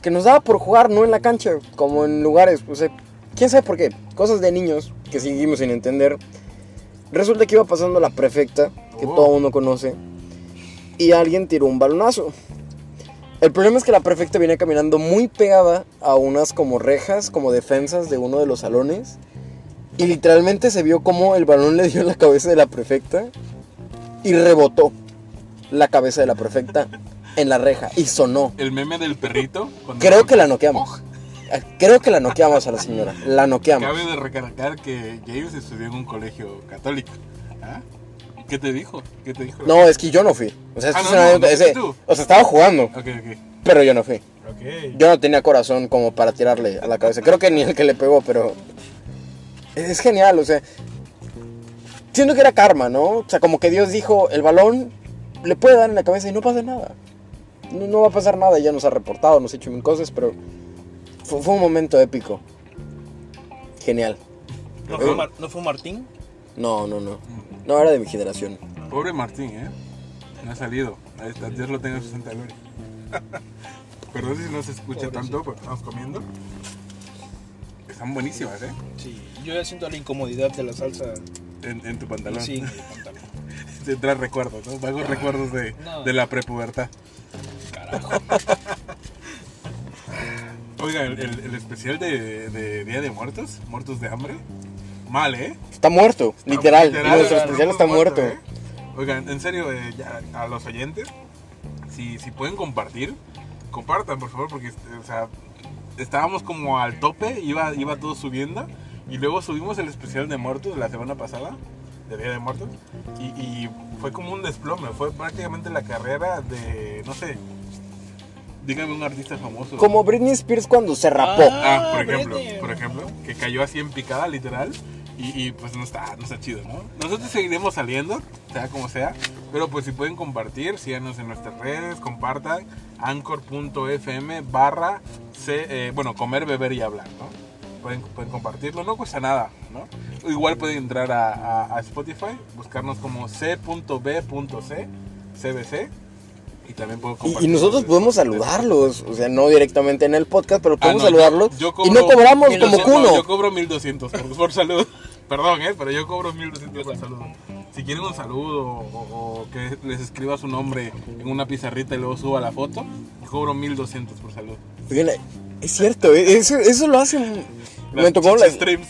[SPEAKER 2] que nos daba por jugar, no en la cancha, como en lugares, o sea, quién sabe por qué, cosas de niños que seguimos sin entender. Resulta que iba pasando la prefecta, que
[SPEAKER 3] Oh.
[SPEAKER 2] todo uno conoce, y alguien tiró un balonazo. El problema es que la prefecta venía caminando muy pegada a unas como rejas, como defensas de uno de los salones. Y literalmente se vio como el balón le dio en la cabeza de la prefecta y rebotó la cabeza de la prefecta en la reja y sonó.
[SPEAKER 3] El meme del perrito. cuando-
[SPEAKER 2] Creo que la noqueamos. Creo que la noqueamos a la señora. La noqueamos.
[SPEAKER 3] Cabe de recalcar que James estudió en un colegio católico. ¿Ah? ¿Y ¿Qué te dijo? ¿Qué te dijo?
[SPEAKER 2] No, es que yo no fui. O sea, esto
[SPEAKER 3] Ah,
[SPEAKER 2] es una
[SPEAKER 3] no, no,
[SPEAKER 2] anécdota.
[SPEAKER 3] no
[SPEAKER 2] Ese-
[SPEAKER 3] fuiste tú.
[SPEAKER 2] o sea, estaba jugando,
[SPEAKER 3] Ok, ok.
[SPEAKER 2] pero yo no fui.
[SPEAKER 3] Ok.
[SPEAKER 2] Yo no tenía corazón como para tirarle a la cabeza. Creo que ni el que le pegó, pero. Es es genial, o sea. Siento que era karma, ¿no? O sea, como que Dios dijo: el balón le puede dar en la cabeza y no pasa nada. No, no va a pasar nada, ya nos ha reportado, nos ha hecho mil cosas, pero. Fue, fue un momento épico. Genial.
[SPEAKER 3] Eh.
[SPEAKER 1] ¿No fue, Mar- ¿No fue Martín?
[SPEAKER 2] No, no, no. No era de mi generación.
[SPEAKER 3] Pobre Martín, ¿eh? No ha salido. Ahí está, Dios lo tenga en sus santa gloria. Perdón si no se escucha tanto, pero estamos comiendo. Están buenísimas, ¿eh?
[SPEAKER 1] Sí. Yo ya siento la incomodidad de la salsa.
[SPEAKER 3] En, en tu pantalón.
[SPEAKER 1] Sí. Ah,
[SPEAKER 3] Te trae recuerdos, ¿no? Vagos recuerdos de,
[SPEAKER 1] No.
[SPEAKER 3] de la prepubertad. Carajo. Oiga, el, el- el especial de, de Día de Muertos, Muertos de Hambre, mal, ¿eh?
[SPEAKER 2] Está muerto, literal. Nuestro
[SPEAKER 3] el
[SPEAKER 2] especial
[SPEAKER 3] grupo
[SPEAKER 2] está muerto.
[SPEAKER 3] ¿eh? Oigan, en serio, eh, ya, a los oyentes, si, si pueden compartir, compartan, por favor, porque este, o sea, estábamos como al tope, iba, iba todo subiendo, y luego subimos el especial de muertos la semana pasada, de Día de Muertos, y, y fue como un desplome, fue prácticamente la carrera de, no sé, dígame un artista famoso.
[SPEAKER 2] Como Britney Spears cuando se rapó.
[SPEAKER 3] Ah, por
[SPEAKER 1] Ah,
[SPEAKER 3] ejemplo,
[SPEAKER 1] Britney.
[SPEAKER 3] por ejemplo, que cayó así en picada, literal. Y, y, pues no está, no está chido, ¿no? Nosotros seguiremos saliendo, sea como sea. Pero pues si pueden compartir, síganos en nuestras redes, compartan anchor.fm barra, C, eh, bueno, comer, beber y hablar, ¿no? Pueden, pueden compartirlo, no cuesta nada, ¿no? Igual pueden entrar a, a- a Spotify, buscarnos como c.b.c, CBC, y también pueden
[SPEAKER 2] Y-
[SPEAKER 3] compartir.
[SPEAKER 2] Y, nosotros podemos saludarlos, o sea, no directamente en el podcast, pero podemos
[SPEAKER 3] Ah, no,
[SPEAKER 2] saludarlos.
[SPEAKER 3] yo- yo
[SPEAKER 2] y
[SPEAKER 3] cobro
[SPEAKER 2] no cobramos como
[SPEAKER 3] 1200,
[SPEAKER 2] cuno.
[SPEAKER 3] Yo cobro 1200 por, por salud. Perdón, ¿eh? pero yo cobro 1200 por salud. Si quieren un saludo o, o que les escriba su nombre en una pizarrita y luego suba la foto, cobro 1200 por salud.
[SPEAKER 2] Oigan, Es cierto, eh, eso, eso lo hacen.
[SPEAKER 3] Las
[SPEAKER 2] Me tocó
[SPEAKER 3] chichis
[SPEAKER 2] la-
[SPEAKER 3] streams.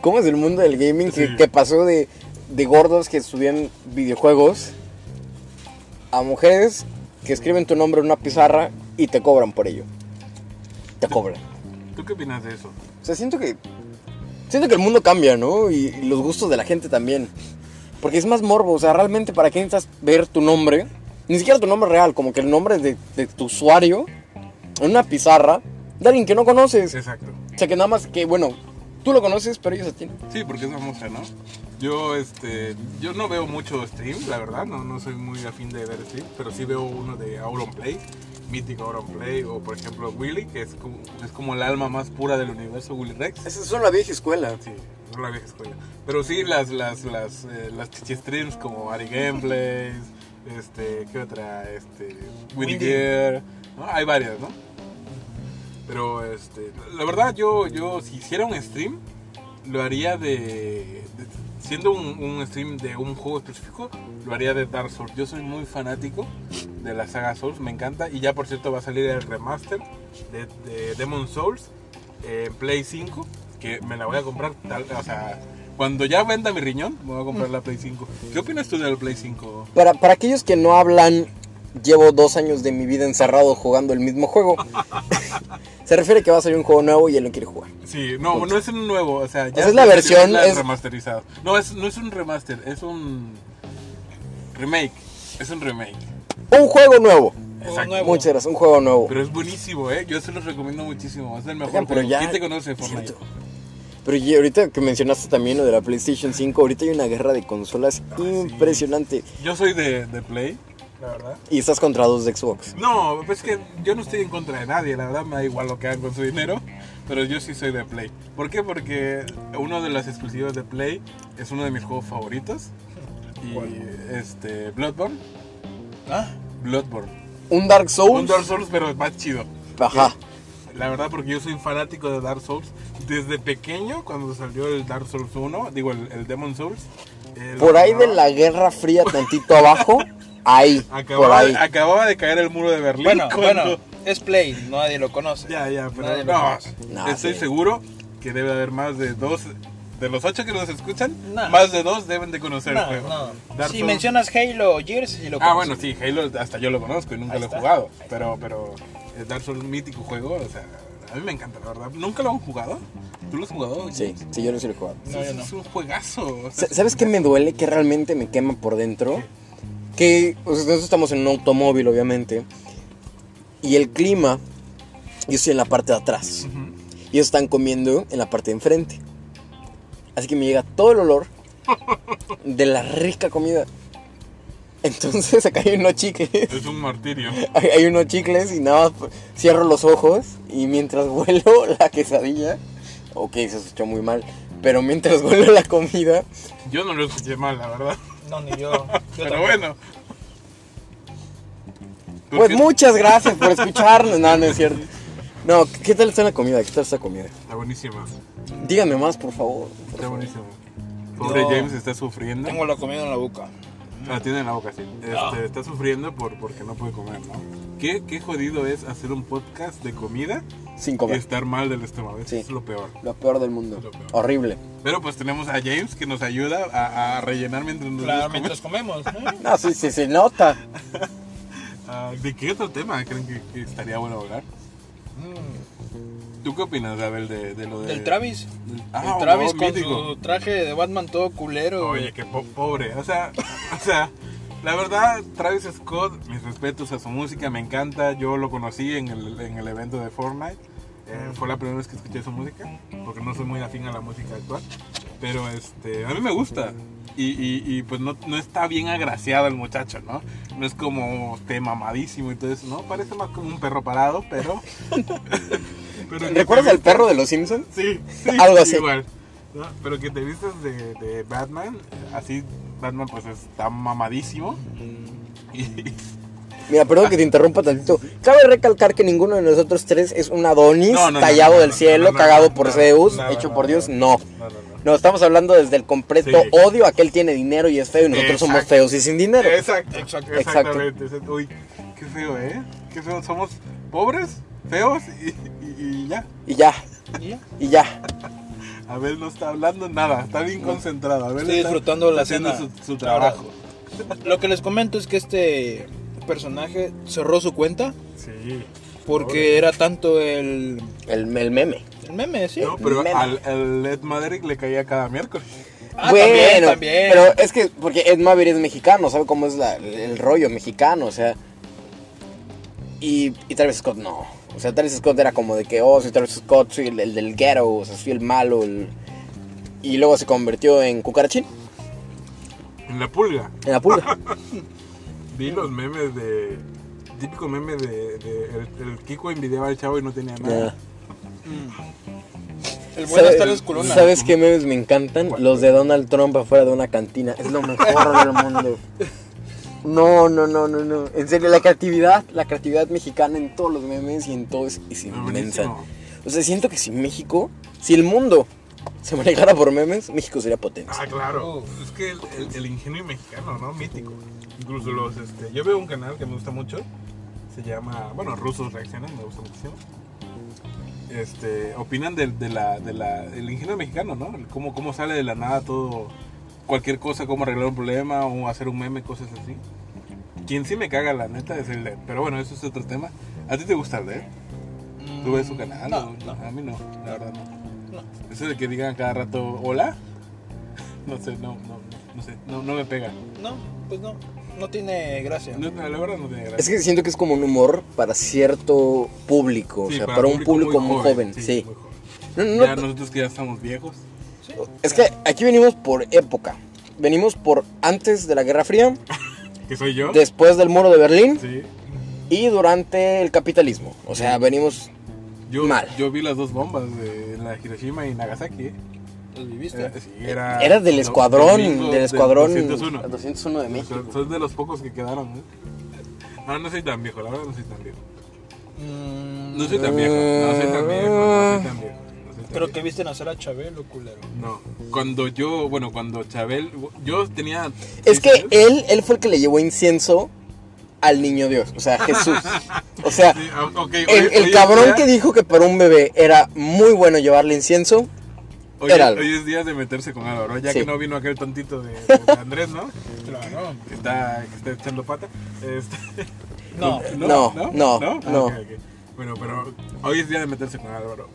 [SPEAKER 2] cómo es el mundo del gaming que,
[SPEAKER 3] Sí.
[SPEAKER 2] que pasó de, de gordos que estudian videojuegos a mujeres que escriben tu nombre en una pizarra y te cobran por ello. Te cobran.
[SPEAKER 3] ¿Tú qué opinas de eso?
[SPEAKER 2] O sea, siento que. Siento que el mundo cambia, ¿no? Y, y los gustos de la gente también. Porque es más morbo, o sea, realmente para qué necesitas ver tu nombre. Ni siquiera tu nombre real, como que el nombre de, de tu usuario en una pizarra de alguien que no conoces.
[SPEAKER 3] Exacto.
[SPEAKER 2] O sea, que nada más que, bueno, tú lo conoces, pero ellos a ti. no.
[SPEAKER 3] Sí, porque es famosa, ¿no? Yo, este, yo no veo mucho stream, la verdad, no, no soy muy afín de ver stream, pero sí veo uno de Auron Play, mítico Auron Play, o por ejemplo Willy, que es como, es como el alma más pura del universo, Willy Rex.
[SPEAKER 2] Esa es la vieja escuela.
[SPEAKER 3] Sí, no la vieja escuela. Pero sí, las, las, las, eh, las chichi streams como Ari Gameplays, este, ¿qué otra? Este, Windy
[SPEAKER 1] Windy.
[SPEAKER 3] Gear, ¿no? Hay varias, ¿no? Pero, este, la verdad, yo, yo si hiciera un stream, lo haría de... de- siendo un, un stream de un juego específico, lo haría de Dark Souls. Yo soy muy fanático de la saga Souls, me encanta. Y ya, por cierto, va a salir el remaster de, de Demon Souls eh, en Play 5, que me la voy a comprar tal, o sea... Cuando ya venda mi riñón, me voy a comprar la Play 5. ¿Qué opinas tú del Play 5?
[SPEAKER 2] Para, para aquellos que no hablan, llevo dos años de mi vida encerrado jugando el mismo juego. Se refiere que va a salir un juego nuevo y él no quiere jugar.
[SPEAKER 3] Sí, no, no es un nuevo, o sea,
[SPEAKER 2] Esa es la versión,
[SPEAKER 3] la
[SPEAKER 2] es-
[SPEAKER 3] remasterizada. No, es, no es un remaster, es un remake, es un remake.
[SPEAKER 2] Un juego nuevo.
[SPEAKER 3] Exacto.
[SPEAKER 1] nuevo.
[SPEAKER 2] Muchas gracias, un juego nuevo.
[SPEAKER 3] Pero es buenísimo, eh. Yo se los recomiendo muchísimo. Es el mejor.
[SPEAKER 2] Oigan, pero
[SPEAKER 3] juego.
[SPEAKER 2] ya-
[SPEAKER 3] ¿Quién te conoce Fortnite?
[SPEAKER 2] Cierto. Pero y ahorita que mencionaste también lo de la PlayStation 5, ahorita hay una guerra de consolas
[SPEAKER 3] Ah, sí.
[SPEAKER 2] impresionante.
[SPEAKER 3] Yo soy de, de Play, la verdad.
[SPEAKER 2] Y estás contra dos de Xbox.
[SPEAKER 3] No, pues que yo no estoy en contra de nadie, la verdad me da igual lo que hagan con su dinero, pero yo sí soy de Play. ¿Por qué? Porque uno de las exclusivas de Play es uno de mis juegos favoritos. Y este, Bloodborne.
[SPEAKER 1] Ah,
[SPEAKER 3] Bloodborne.
[SPEAKER 2] Un Dark Souls.
[SPEAKER 3] Un Dark Souls, pero más chido.
[SPEAKER 2] Ajá.
[SPEAKER 3] La verdad, porque yo soy fanático de Dark Souls. Desde pequeño, cuando salió el Dark Souls 1, digo, el, el Demon Souls. eh, lo
[SPEAKER 2] Por ahí de
[SPEAKER 3] jugaba.
[SPEAKER 2] la Guerra Fría tantito abajo, ahí, por
[SPEAKER 3] Acababa,
[SPEAKER 2] ahí.
[SPEAKER 3] de- acababa de caer el muro de Berlín.
[SPEAKER 1] bueno,
[SPEAKER 3] cuando-
[SPEAKER 1] bueno, es Play, nadie lo conoce.
[SPEAKER 3] Ya, ya, pero
[SPEAKER 1] Nadie lo
[SPEAKER 3] no,
[SPEAKER 1] conoce.
[SPEAKER 2] No,
[SPEAKER 3] estoy
[SPEAKER 2] sí.
[SPEAKER 3] seguro que debe haber más de dos. De los ocho que nos escuchan,
[SPEAKER 1] No.
[SPEAKER 3] más de dos deben de conocer el
[SPEAKER 1] No,
[SPEAKER 3] juego.
[SPEAKER 1] no.
[SPEAKER 3] Dark
[SPEAKER 1] Si
[SPEAKER 3] Souls-
[SPEAKER 1] mencionas Halo o Gears, sí lo
[SPEAKER 3] Ah,
[SPEAKER 1] conoces.
[SPEAKER 3] bueno, sí, Halo hasta yo lo conozco y nunca
[SPEAKER 1] Ahí
[SPEAKER 3] lo he
[SPEAKER 1] está.
[SPEAKER 3] jugado. Pero, pero eh, Dark Souls es un mítico juego, o sea, a mí me encanta, la verdad. ¿Nunca lo han jugado? ¿Tú lo has jugado?
[SPEAKER 2] Sí, sí, yo no sé el juego.
[SPEAKER 3] Es,
[SPEAKER 1] No, yo
[SPEAKER 3] es-
[SPEAKER 1] no.
[SPEAKER 3] es un juegazo. o sea,
[SPEAKER 2] Sa- ¿Sabes qué me duele? Que realmente me quema por dentro. Que o sea, nosotros estamos en un automóvil, obviamente. Y el clima, yo estoy en la parte de atrás.
[SPEAKER 3] Ujú.
[SPEAKER 2] Y ellos están comiendo en la parte de enfrente. Así que me llega todo el olor de la rica comida. Entonces acá hay unos chicles.
[SPEAKER 3] es un martirio.
[SPEAKER 2] Hay, hay unos chicles y nada más pues, cierro los ojos y mientras huelo la quesadilla. Ok, se escuchó muy mal. Pero mientras huelo la comida,
[SPEAKER 3] Yo no lo escuché mal, la verdad.
[SPEAKER 1] No, ni yo. yo
[SPEAKER 3] Pero
[SPEAKER 1] tampoco.
[SPEAKER 3] bueno. ¿Tú
[SPEAKER 2] Pues
[SPEAKER 3] qué-
[SPEAKER 2] muchas gracias por escucharnos. No, no es cierto. No, ¿qué tal está la comida? ¿Qué tal está la comida?
[SPEAKER 3] Está buenísima.
[SPEAKER 2] Díganme más, por favor. por
[SPEAKER 3] Está
[SPEAKER 2] favor.
[SPEAKER 3] buenísimo. Pobre
[SPEAKER 1] Yo-
[SPEAKER 3] James está sufriendo. Ah,
[SPEAKER 1] Tengo Ah. la comida en la boca.
[SPEAKER 3] La tiene en la boca, sí. Este, Está sufriendo por, porque no puede comer, ¿no? ¿Qué, qué jodido es hacer un podcast de comida
[SPEAKER 2] Sin
[SPEAKER 3] y
[SPEAKER 2] comer.
[SPEAKER 3] estar mal del estómago. Eso
[SPEAKER 2] Sí.
[SPEAKER 3] es lo peor.
[SPEAKER 2] Lo peor del mundo.
[SPEAKER 3] Lo peor.
[SPEAKER 2] Horrible.
[SPEAKER 3] Pero pues tenemos a James que nos ayuda a, a rellenar mientras nos
[SPEAKER 1] Claro,
[SPEAKER 3] vamos a
[SPEAKER 1] mientras comemos. ¿eh?
[SPEAKER 2] No, sí, sí, se nota.
[SPEAKER 3] comer. Ah, ¿De qué otro tema creen que, que estaría bueno hablar?
[SPEAKER 1] Mm,
[SPEAKER 3] ¿Tú qué opinas, Abel, de, de lo de...
[SPEAKER 1] Del Travis.
[SPEAKER 3] del-
[SPEAKER 1] El
[SPEAKER 3] Ah,
[SPEAKER 1] Travis
[SPEAKER 3] wow,
[SPEAKER 1] con
[SPEAKER 3] mítico.
[SPEAKER 1] su traje de Batman todo culero.
[SPEAKER 3] Oye, qué po- pobre. O sea, o sea, la verdad, Travis Scott, mis respetos a su música, me encanta. Yo lo conocí en el, en el evento de Fortnite. Eh, fue la primera vez que escuché su música, porque no soy muy afín a la música actual. Pero este, a mí me gusta. Y, y- y, pues no, no está bien agraciado el muchacho, ¿no? No es como te mamadísimo y todo eso, ¿no? Parece más como un perro parado, pero... pero que
[SPEAKER 2] ¿Recuerdas
[SPEAKER 3] te
[SPEAKER 2] al perro de los Simpsons?
[SPEAKER 3] Sí, sí,
[SPEAKER 2] Algo así.
[SPEAKER 3] Igual. ¿no? Pero que te vistas de, de Batman, así Batman pues está mamadísimo.
[SPEAKER 2] Mm.
[SPEAKER 3] Y-
[SPEAKER 2] Mira, perdón que te interrumpa tantito. Cabe recalcar que ninguno de nosotros tres es un Adonis
[SPEAKER 3] No, no, no,
[SPEAKER 2] tallado
[SPEAKER 3] no, no,
[SPEAKER 2] del
[SPEAKER 3] no,
[SPEAKER 2] cielo,
[SPEAKER 3] no, no,
[SPEAKER 2] cagado
[SPEAKER 3] no,
[SPEAKER 2] por
[SPEAKER 3] no,
[SPEAKER 2] Zeus,
[SPEAKER 3] no, no,
[SPEAKER 2] hecho
[SPEAKER 3] no,
[SPEAKER 2] por
[SPEAKER 3] no,
[SPEAKER 2] Dios.
[SPEAKER 3] no.
[SPEAKER 2] No.
[SPEAKER 3] no, no, no.
[SPEAKER 2] No, estamos hablando desde el completo
[SPEAKER 3] Sí.
[SPEAKER 2] odio a que él tiene dinero y es feo y nosotros somos
[SPEAKER 3] Exacto.
[SPEAKER 2] feos y sin dinero.
[SPEAKER 3] Exacto,
[SPEAKER 2] Exacto.
[SPEAKER 3] exactamente. exacto. Uy, qué feo, ¿eh? Qué feo. Somos pobres, feos y, y- y ya.
[SPEAKER 2] Y ya,
[SPEAKER 1] Y ya.
[SPEAKER 2] y ya.
[SPEAKER 3] Abel no está hablando nada, está bien concentrado. Abel
[SPEAKER 1] Estoy
[SPEAKER 3] está
[SPEAKER 1] disfrutando la
[SPEAKER 3] haciendo
[SPEAKER 1] cena.
[SPEAKER 3] su, su trabajo.
[SPEAKER 1] Lo que les comento es que este personaje cerró su cuenta
[SPEAKER 3] Sí.
[SPEAKER 1] porque era tanto el,
[SPEAKER 2] El, el meme.
[SPEAKER 1] el meme, sí.
[SPEAKER 3] No, pero
[SPEAKER 2] Meme.
[SPEAKER 3] al, al Ed Maverick le caía cada miércoles.
[SPEAKER 1] Ah,
[SPEAKER 2] Bueno,
[SPEAKER 1] también, también.
[SPEAKER 2] Pero es que, porque Ed Maverick es mexicano, ¿sabe cómo es la- el rollo mexicano? O sea. Y, y Travis Scott no. O sea, Travis Scott era como de que, oh, soy Travis Scott, soy el, el del ghetto, o sea, soy el malo. el- Y luego se convirtió en cucarachín,
[SPEAKER 3] En la pulga.
[SPEAKER 2] en la pulga.
[SPEAKER 3] Vi los memes de. Típico meme de. de- el, el Kiko envidiaba al chavo y no tenía
[SPEAKER 2] Ya.
[SPEAKER 3] nada.
[SPEAKER 1] El bueno
[SPEAKER 2] ¿Sabe-
[SPEAKER 1] está en las columnas.
[SPEAKER 2] ¿Sabes qué memes me encantan? Los de Donald Trump afuera de una cantina. Es lo mejor del mundo. No, no, no, no, no. En serio, la creatividad, la creatividad mexicana en todos los memes y en todo es, es
[SPEAKER 3] Ah,
[SPEAKER 2] inmensa.
[SPEAKER 3] buenísimo.
[SPEAKER 2] O sea, siento que si México, si el mundo se manejara por memes, México sería potencia.
[SPEAKER 3] Ah, claro. Es que el, el- el ingenio mexicano, ¿no? Mítico. Incluso los. Este, yo veo un canal que me gusta mucho. Se llama. Bueno, Rusos Reaccionan, me gusta muchísimo. Este, opinan del de la, de la- el ingenio mexicano, ¿no? El Cómo, cómo sale de la nada todo. Cualquier cosa, cómo arreglar un problema o hacer un meme, cosas así. Quien sí me caga, la neta, es el de. Pero bueno, eso es otro tema. ¿A ti te gusta el de? ¿Tú ves su canal?
[SPEAKER 1] No,
[SPEAKER 3] o- A mí no, la verdad no.
[SPEAKER 1] No.
[SPEAKER 3] Eso de que digan cada rato, hola. No sé, no, no, no sé, no, no me pega.
[SPEAKER 1] No, pues no. No tiene gracia.
[SPEAKER 3] No, no, la verdad no tiene
[SPEAKER 2] Es
[SPEAKER 3] gracia.
[SPEAKER 2] que siento que es como un humor para cierto público, o
[SPEAKER 3] Sí,
[SPEAKER 2] sea, para, un público muy joven, sí.
[SPEAKER 3] muy joven.
[SPEAKER 2] No, no,
[SPEAKER 3] Ya
[SPEAKER 2] no,
[SPEAKER 3] nosotros que ya estamos viejos.
[SPEAKER 2] es que aquí venimos por época. Venimos por antes de la Guerra Fría,
[SPEAKER 3] ¿Que soy yo?
[SPEAKER 2] después del muro de Berlín
[SPEAKER 3] Sí.
[SPEAKER 2] y durante el capitalismo. O sea, venimos
[SPEAKER 3] Yo,
[SPEAKER 2] Mal.
[SPEAKER 3] yo vi las dos bombas de la Hiroshima y Nagasaki. ¿eh?
[SPEAKER 1] ¿Los viviste?
[SPEAKER 3] Era, sí, era,
[SPEAKER 2] Era del
[SPEAKER 3] do-
[SPEAKER 2] escuadrón,
[SPEAKER 3] domingo
[SPEAKER 2] del escuadrón
[SPEAKER 3] 201.
[SPEAKER 2] 201 de
[SPEAKER 3] O sea,
[SPEAKER 2] México.
[SPEAKER 3] Son de los pocos que quedaron. ¿eh? No, no soy tan viejo, la verdad no soy tan viejo.
[SPEAKER 1] Mm,
[SPEAKER 3] No soy tan viejo, no soy tan viejo, no soy tan viejo. no soy tan
[SPEAKER 1] Pero
[SPEAKER 3] viejo.
[SPEAKER 1] que viste nacer a Chabelo, culero.
[SPEAKER 3] No, cuando yo, bueno, cuando Chabel, yo tenía...
[SPEAKER 2] Es que
[SPEAKER 3] ¿sí?
[SPEAKER 2] él, él fue el que le llevó incienso al niño Dios, o sea, a Jesús. O sea,
[SPEAKER 3] Sí, ah, ok, hoy-
[SPEAKER 2] el, el
[SPEAKER 3] hoy es
[SPEAKER 2] cabrón
[SPEAKER 3] día-
[SPEAKER 2] que dijo que para un bebé era muy bueno llevarle incienso,
[SPEAKER 3] hoy,
[SPEAKER 2] era algo.
[SPEAKER 3] hoy es día de meterse con Álvaro, ya
[SPEAKER 2] Sí.
[SPEAKER 3] que no vino aquel tontito de, de Andrés, ¿no? Claro. Que está, que está echando pata. Este,
[SPEAKER 1] No.
[SPEAKER 2] No, no,
[SPEAKER 3] Ah,
[SPEAKER 2] no.
[SPEAKER 3] ok, ok. Bueno, pero hoy es día de meterse con Álvaro.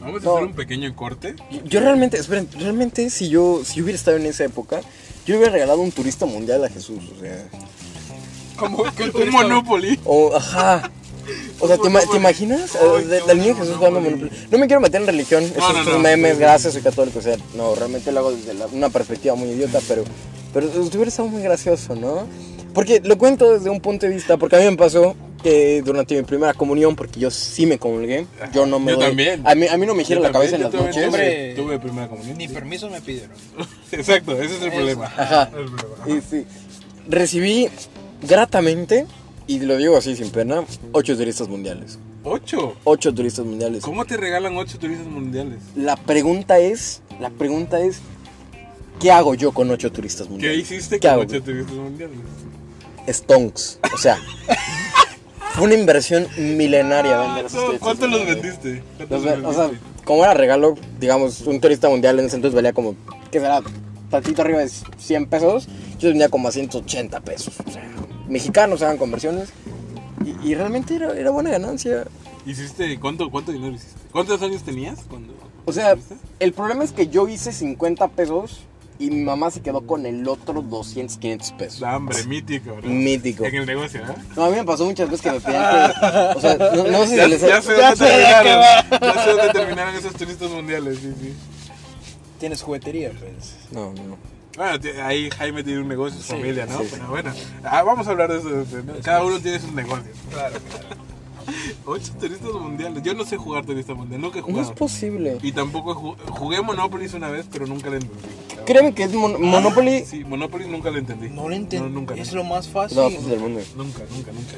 [SPEAKER 3] Vamos a
[SPEAKER 2] No.
[SPEAKER 3] hacer un pequeño corte.
[SPEAKER 2] yo realmente, esperen, realmente si yo, si yo hubiera estado en esa época, yo hubiera regalado un turista mundial a Jesús, o sea,
[SPEAKER 1] Como que
[SPEAKER 3] Un Monopoly.
[SPEAKER 2] o, ajá. O sea, ¿te, ima- te imaginas?
[SPEAKER 3] Ay,
[SPEAKER 2] Eh, de-
[SPEAKER 3] qué
[SPEAKER 2] del niño
[SPEAKER 3] bueno,
[SPEAKER 2] Jesús
[SPEAKER 3] no,
[SPEAKER 2] jugando
[SPEAKER 3] güey.
[SPEAKER 2] Monopoly. No me quiero meter en religión, esos,
[SPEAKER 3] no,
[SPEAKER 2] esos
[SPEAKER 3] no.
[SPEAKER 2] memes, gracias, soy católico, o sea, no, realmente lo hago desde la- una perspectiva muy idiota, pero, pero hubiera estado muy gracioso, ¿no? Porque lo cuento desde un punto de vista, porque a mí me pasó que durante mi primera comunión, porque yo sí me comulgué, yo no me
[SPEAKER 3] Yo
[SPEAKER 2] doy-
[SPEAKER 3] también.
[SPEAKER 2] A mí, a mí no me gira
[SPEAKER 3] Yo
[SPEAKER 2] la
[SPEAKER 3] también,
[SPEAKER 2] cabeza en
[SPEAKER 3] yo
[SPEAKER 2] las
[SPEAKER 3] tuve-
[SPEAKER 2] noches.
[SPEAKER 1] Hombre.
[SPEAKER 3] Tuve, tuve primera comunión.
[SPEAKER 1] Ni permiso me pidieron.
[SPEAKER 3] Exacto, ese es el
[SPEAKER 1] Eso.
[SPEAKER 3] problema.
[SPEAKER 2] Ajá.
[SPEAKER 3] El problema.
[SPEAKER 2] Y sí, recibí gratamente, y lo digo así sin pena, ocho turistas mundiales.
[SPEAKER 3] Ocho.
[SPEAKER 2] Ocho turistas mundiales.
[SPEAKER 3] ¿Cómo te regalan ocho turistas mundiales?
[SPEAKER 2] La pregunta es, la pregunta es, ¿qué hago yo con ocho turistas
[SPEAKER 3] ¿Qué
[SPEAKER 2] mundiales?
[SPEAKER 3] hiciste
[SPEAKER 2] ¿Qué
[SPEAKER 3] con
[SPEAKER 2] hago?
[SPEAKER 3] ocho turistas mundiales?
[SPEAKER 2] Stonks, o sea, fue una inversión milenaria
[SPEAKER 3] Ah,
[SPEAKER 2] vender esos
[SPEAKER 3] no,
[SPEAKER 2] turistas
[SPEAKER 3] ¿Cuánto los
[SPEAKER 2] mundiales.
[SPEAKER 3] vendiste? ¿Cuántos
[SPEAKER 2] Los ve-
[SPEAKER 3] los
[SPEAKER 2] o sea,
[SPEAKER 3] vendiste?
[SPEAKER 2] como era regalo, digamos, un turista mundial en ese entonces valía como, ¿qué será? Tantito arriba de 100 pesos, yo vendía como a 180 pesos, o sea, mexicanos hagan conversiones, y, y realmente era, era buena ganancia.
[SPEAKER 3] ¿Hiciste cuánto, cuánto dinero hiciste? ¿Cuántos años tenías cuando?
[SPEAKER 2] O sea,
[SPEAKER 3] ¿Viste?
[SPEAKER 2] el problema es que yo hice 50 pesos y mi mamá se quedó con el otro 200, 500 pesos.
[SPEAKER 3] La hambre mítico, ¿no?
[SPEAKER 2] Mítico.
[SPEAKER 3] En el negocio, ¿eh?
[SPEAKER 2] No, a mí me pasó muchas veces que me pedían que... O sea, no, no sé si
[SPEAKER 3] Ya,
[SPEAKER 2] les...
[SPEAKER 3] ya sé
[SPEAKER 2] ya
[SPEAKER 3] dónde
[SPEAKER 2] sé, ya
[SPEAKER 3] terminaron. Ya sé dónde terminaron esos turistas mundiales, sí, sí.
[SPEAKER 1] Tienes juguetería, pues.
[SPEAKER 2] que- No, no, no.
[SPEAKER 3] Bueno, te- ahí Jaime tiene un negocio, su
[SPEAKER 1] Sí,
[SPEAKER 3] familia, ¿no?
[SPEAKER 2] sí, sí.
[SPEAKER 3] Pero bueno, ah, vamos a hablar de eso. después, ¿no? Cada uno tiene sus negocios.
[SPEAKER 1] Claro.
[SPEAKER 3] Ocho turistas mundiales. Yo no sé jugar turista mundial, nunca he
[SPEAKER 2] No es
[SPEAKER 3] jugado.
[SPEAKER 2] posible.
[SPEAKER 3] Y tampoco ju- jugué Monopoly una vez, pero nunca le entendí.
[SPEAKER 2] Créeme que es mon- Monopoly...
[SPEAKER 3] Sí, Monopoly nunca lo entendí.
[SPEAKER 1] No lo entendí.
[SPEAKER 3] No, nunca,
[SPEAKER 1] es
[SPEAKER 3] nunca.
[SPEAKER 1] lo más
[SPEAKER 2] pues,
[SPEAKER 1] fácil.
[SPEAKER 2] Es lo más fácil del mundo.
[SPEAKER 3] Nunca, nunca, nunca.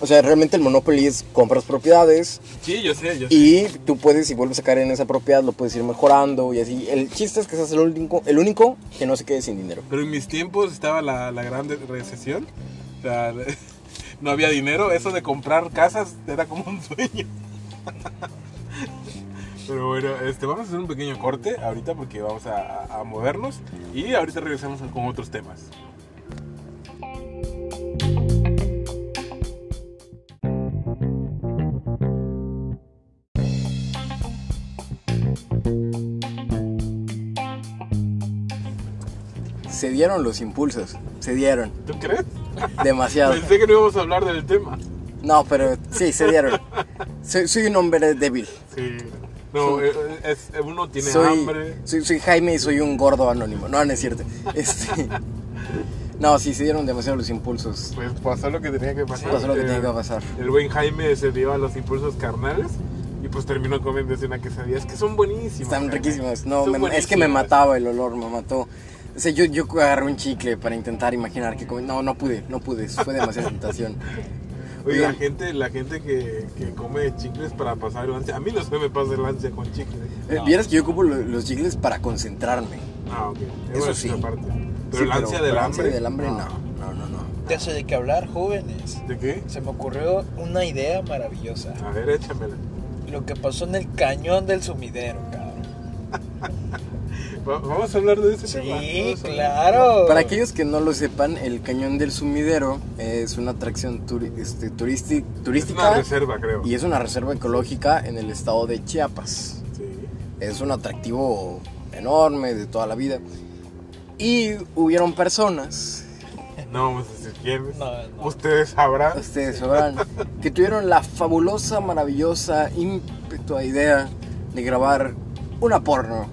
[SPEAKER 2] O sea, realmente el Monopoly es compras propiedades
[SPEAKER 3] Sí, yo sé, yo sé.
[SPEAKER 2] y tú puedes, si vuelves a caer en esa propiedad, lo puedes ir mejorando y así. El chiste es que seas el único, el único que no se quede sin dinero.
[SPEAKER 3] Pero en mis tiempos estaba la, la gran de- recesión. O sea, no había dinero. Eso de comprar casas era como un sueño. Pero bueno, este, vamos a hacer un pequeño corte ahorita porque vamos a, a- a movernos y ahorita regresamos con otros temas.
[SPEAKER 2] Se dieron los impulsos, se dieron.
[SPEAKER 3] ¿Tú crees?
[SPEAKER 2] Demasiado.
[SPEAKER 3] Pensé que no íbamos a hablar del tema.
[SPEAKER 2] No, pero sí, se dieron. Soy, soy un hombre débil.
[SPEAKER 3] Sí. No,
[SPEAKER 2] Sí.
[SPEAKER 3] eh, es, uno tiene
[SPEAKER 2] Soy,
[SPEAKER 3] hambre.
[SPEAKER 2] soy, soy Jaime y soy un gordo anónimo. No, no es cierto. Este, no, sí, se dieron demasiado los impulsos.
[SPEAKER 3] Pues pasó lo que tenía que pasar.
[SPEAKER 2] Pasó lo que
[SPEAKER 3] Eh,
[SPEAKER 2] tenía que pasar.
[SPEAKER 3] El buen Jaime se dio a los impulsos carnales y pues terminó comiéndose una quesadilla. Es que son buenísimas.
[SPEAKER 2] Están
[SPEAKER 3] Jaime.
[SPEAKER 2] riquísimos. No,
[SPEAKER 3] Son
[SPEAKER 2] me- es que me
[SPEAKER 3] buenísimas.
[SPEAKER 2] mataba el olor, me mató. O sea, yo, yo agarré un chicle para intentar imaginar que comí. No, no pude, no pude. Fue demasiada tentación.
[SPEAKER 3] Oye, la
[SPEAKER 2] Bien.
[SPEAKER 3] gente, la gente que, que come chicles para pasar el ansia. A mí no se me pasa el ansia con chicle.
[SPEAKER 2] Eh, Vieras que yo ocupo lo- los chicles para concentrarme.
[SPEAKER 3] Ah, ok.
[SPEAKER 2] Eso
[SPEAKER 3] Bueno,
[SPEAKER 2] sí.
[SPEAKER 3] esa parte.
[SPEAKER 2] Sí,
[SPEAKER 3] Pero el ansia del
[SPEAKER 2] pero
[SPEAKER 3] hambre. Ah.
[SPEAKER 2] del hambre, no. No, no, no.
[SPEAKER 1] Ya sé de qué hablar, jóvenes.
[SPEAKER 3] ¿De qué?
[SPEAKER 1] Se me ocurrió una idea maravillosa.
[SPEAKER 3] A ver, échamela.
[SPEAKER 1] Lo que pasó en el cañón del sumidero, cabrón.
[SPEAKER 3] Va- Vamos a hablar de ese tema.
[SPEAKER 1] Sí,
[SPEAKER 3] Vamos a hablar.
[SPEAKER 1] claro.
[SPEAKER 2] Para aquellos que no lo sepan, el Cañón del Sumidero es una atracción turi- este, turisti-
[SPEAKER 3] Es una
[SPEAKER 2] turística
[SPEAKER 3] reserva, creo.
[SPEAKER 2] y es una reserva ecológica en el estado de Chiapas.
[SPEAKER 3] Sí.
[SPEAKER 2] Es un atractivo enorme de toda la vida. Y hubieron personas,
[SPEAKER 3] No vamos a decir quiénes.
[SPEAKER 1] No, no.
[SPEAKER 3] Ustedes sabrán.
[SPEAKER 2] ustedes sabrán, que tuvieron la fabulosa, maravillosa, ímpetua idea de grabar una porno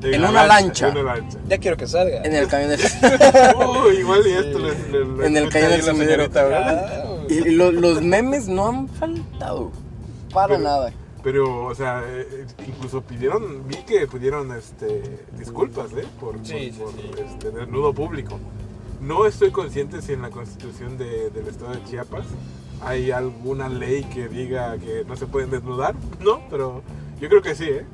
[SPEAKER 3] De
[SPEAKER 2] en
[SPEAKER 3] la
[SPEAKER 2] una lancha.
[SPEAKER 3] En una lancha.
[SPEAKER 1] Ya quiero que salga.
[SPEAKER 2] en el Cañón del
[SPEAKER 3] Uy, igual y esto les, les- les
[SPEAKER 2] En el
[SPEAKER 3] cuenta
[SPEAKER 2] cañón
[SPEAKER 3] ahí
[SPEAKER 2] del
[SPEAKER 3] la
[SPEAKER 2] sumidero.
[SPEAKER 3] señorita, ¿verdad?
[SPEAKER 1] Claro.
[SPEAKER 2] Y lo- los memes no han faltado. Para
[SPEAKER 3] Pero-
[SPEAKER 2] nada.
[SPEAKER 3] Pero, o sea, eh, incluso pidieron, vi que pidieron este, disculpas, ¿eh? Por,
[SPEAKER 1] Sí,
[SPEAKER 3] por-
[SPEAKER 1] sí,
[SPEAKER 3] por,
[SPEAKER 1] sí.
[SPEAKER 3] este, desnudo público. No estoy consciente si en la constitución de- del estado de Chiapas hay alguna ley que diga que no se pueden desnudar. No, pero yo creo que sí, ¿eh?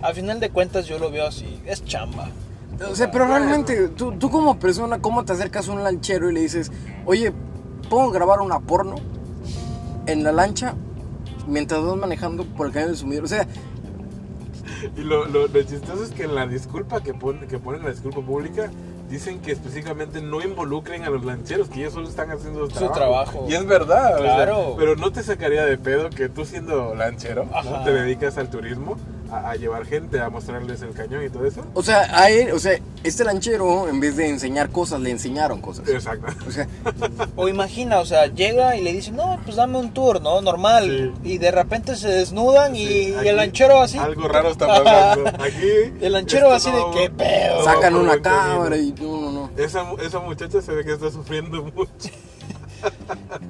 [SPEAKER 1] A final de cuentas yo lo veo así. Es chamba.
[SPEAKER 2] O sea, pero realmente, tú, tú como persona, ¿cómo te acercas a un lanchero y le dices, oye, ¿puedo grabar una porno en la lancha mientras vas manejando por el cañón del sumidero? O sea,
[SPEAKER 3] Y lo, lo, lo chistoso es que en la disculpa que, pon- que ponen, la disculpa pública, dicen que específicamente no involucren a los lancheros, que ellos solo están haciendo su
[SPEAKER 1] Su
[SPEAKER 3] trabajo.
[SPEAKER 1] trabajo.
[SPEAKER 3] Y es verdad, o sea,
[SPEAKER 1] Claro.
[SPEAKER 3] pero no te sacaría de pedo que tú siendo lanchero, ¿no?
[SPEAKER 1] Ajá.
[SPEAKER 3] te dedicas al turismo, a, a llevar gente, a mostrarles el cañón y todo eso.
[SPEAKER 2] o sea, a él, o sea, este lanchero, en vez de enseñar cosas, le enseñaron cosas.
[SPEAKER 3] Exacto.
[SPEAKER 2] O sea,
[SPEAKER 1] O imagina, o sea, llega y le dice, no, pues dame un tour, ¿no? Normal. Y de repente se desnudan y-
[SPEAKER 3] Sí,
[SPEAKER 1] y,
[SPEAKER 3] aquí
[SPEAKER 1] el lanchero así.
[SPEAKER 3] Algo raro está pasando. Aquí.
[SPEAKER 1] El lanchero
[SPEAKER 3] esto
[SPEAKER 1] así de,
[SPEAKER 3] no-
[SPEAKER 1] "¿Qué pedo?"
[SPEAKER 3] no va
[SPEAKER 2] sacan
[SPEAKER 3] por
[SPEAKER 2] una
[SPEAKER 3] buen camino.
[SPEAKER 2] cámara y no, no, no.
[SPEAKER 3] Esa, mu- esa muchacha se ve que está sufriendo mucho.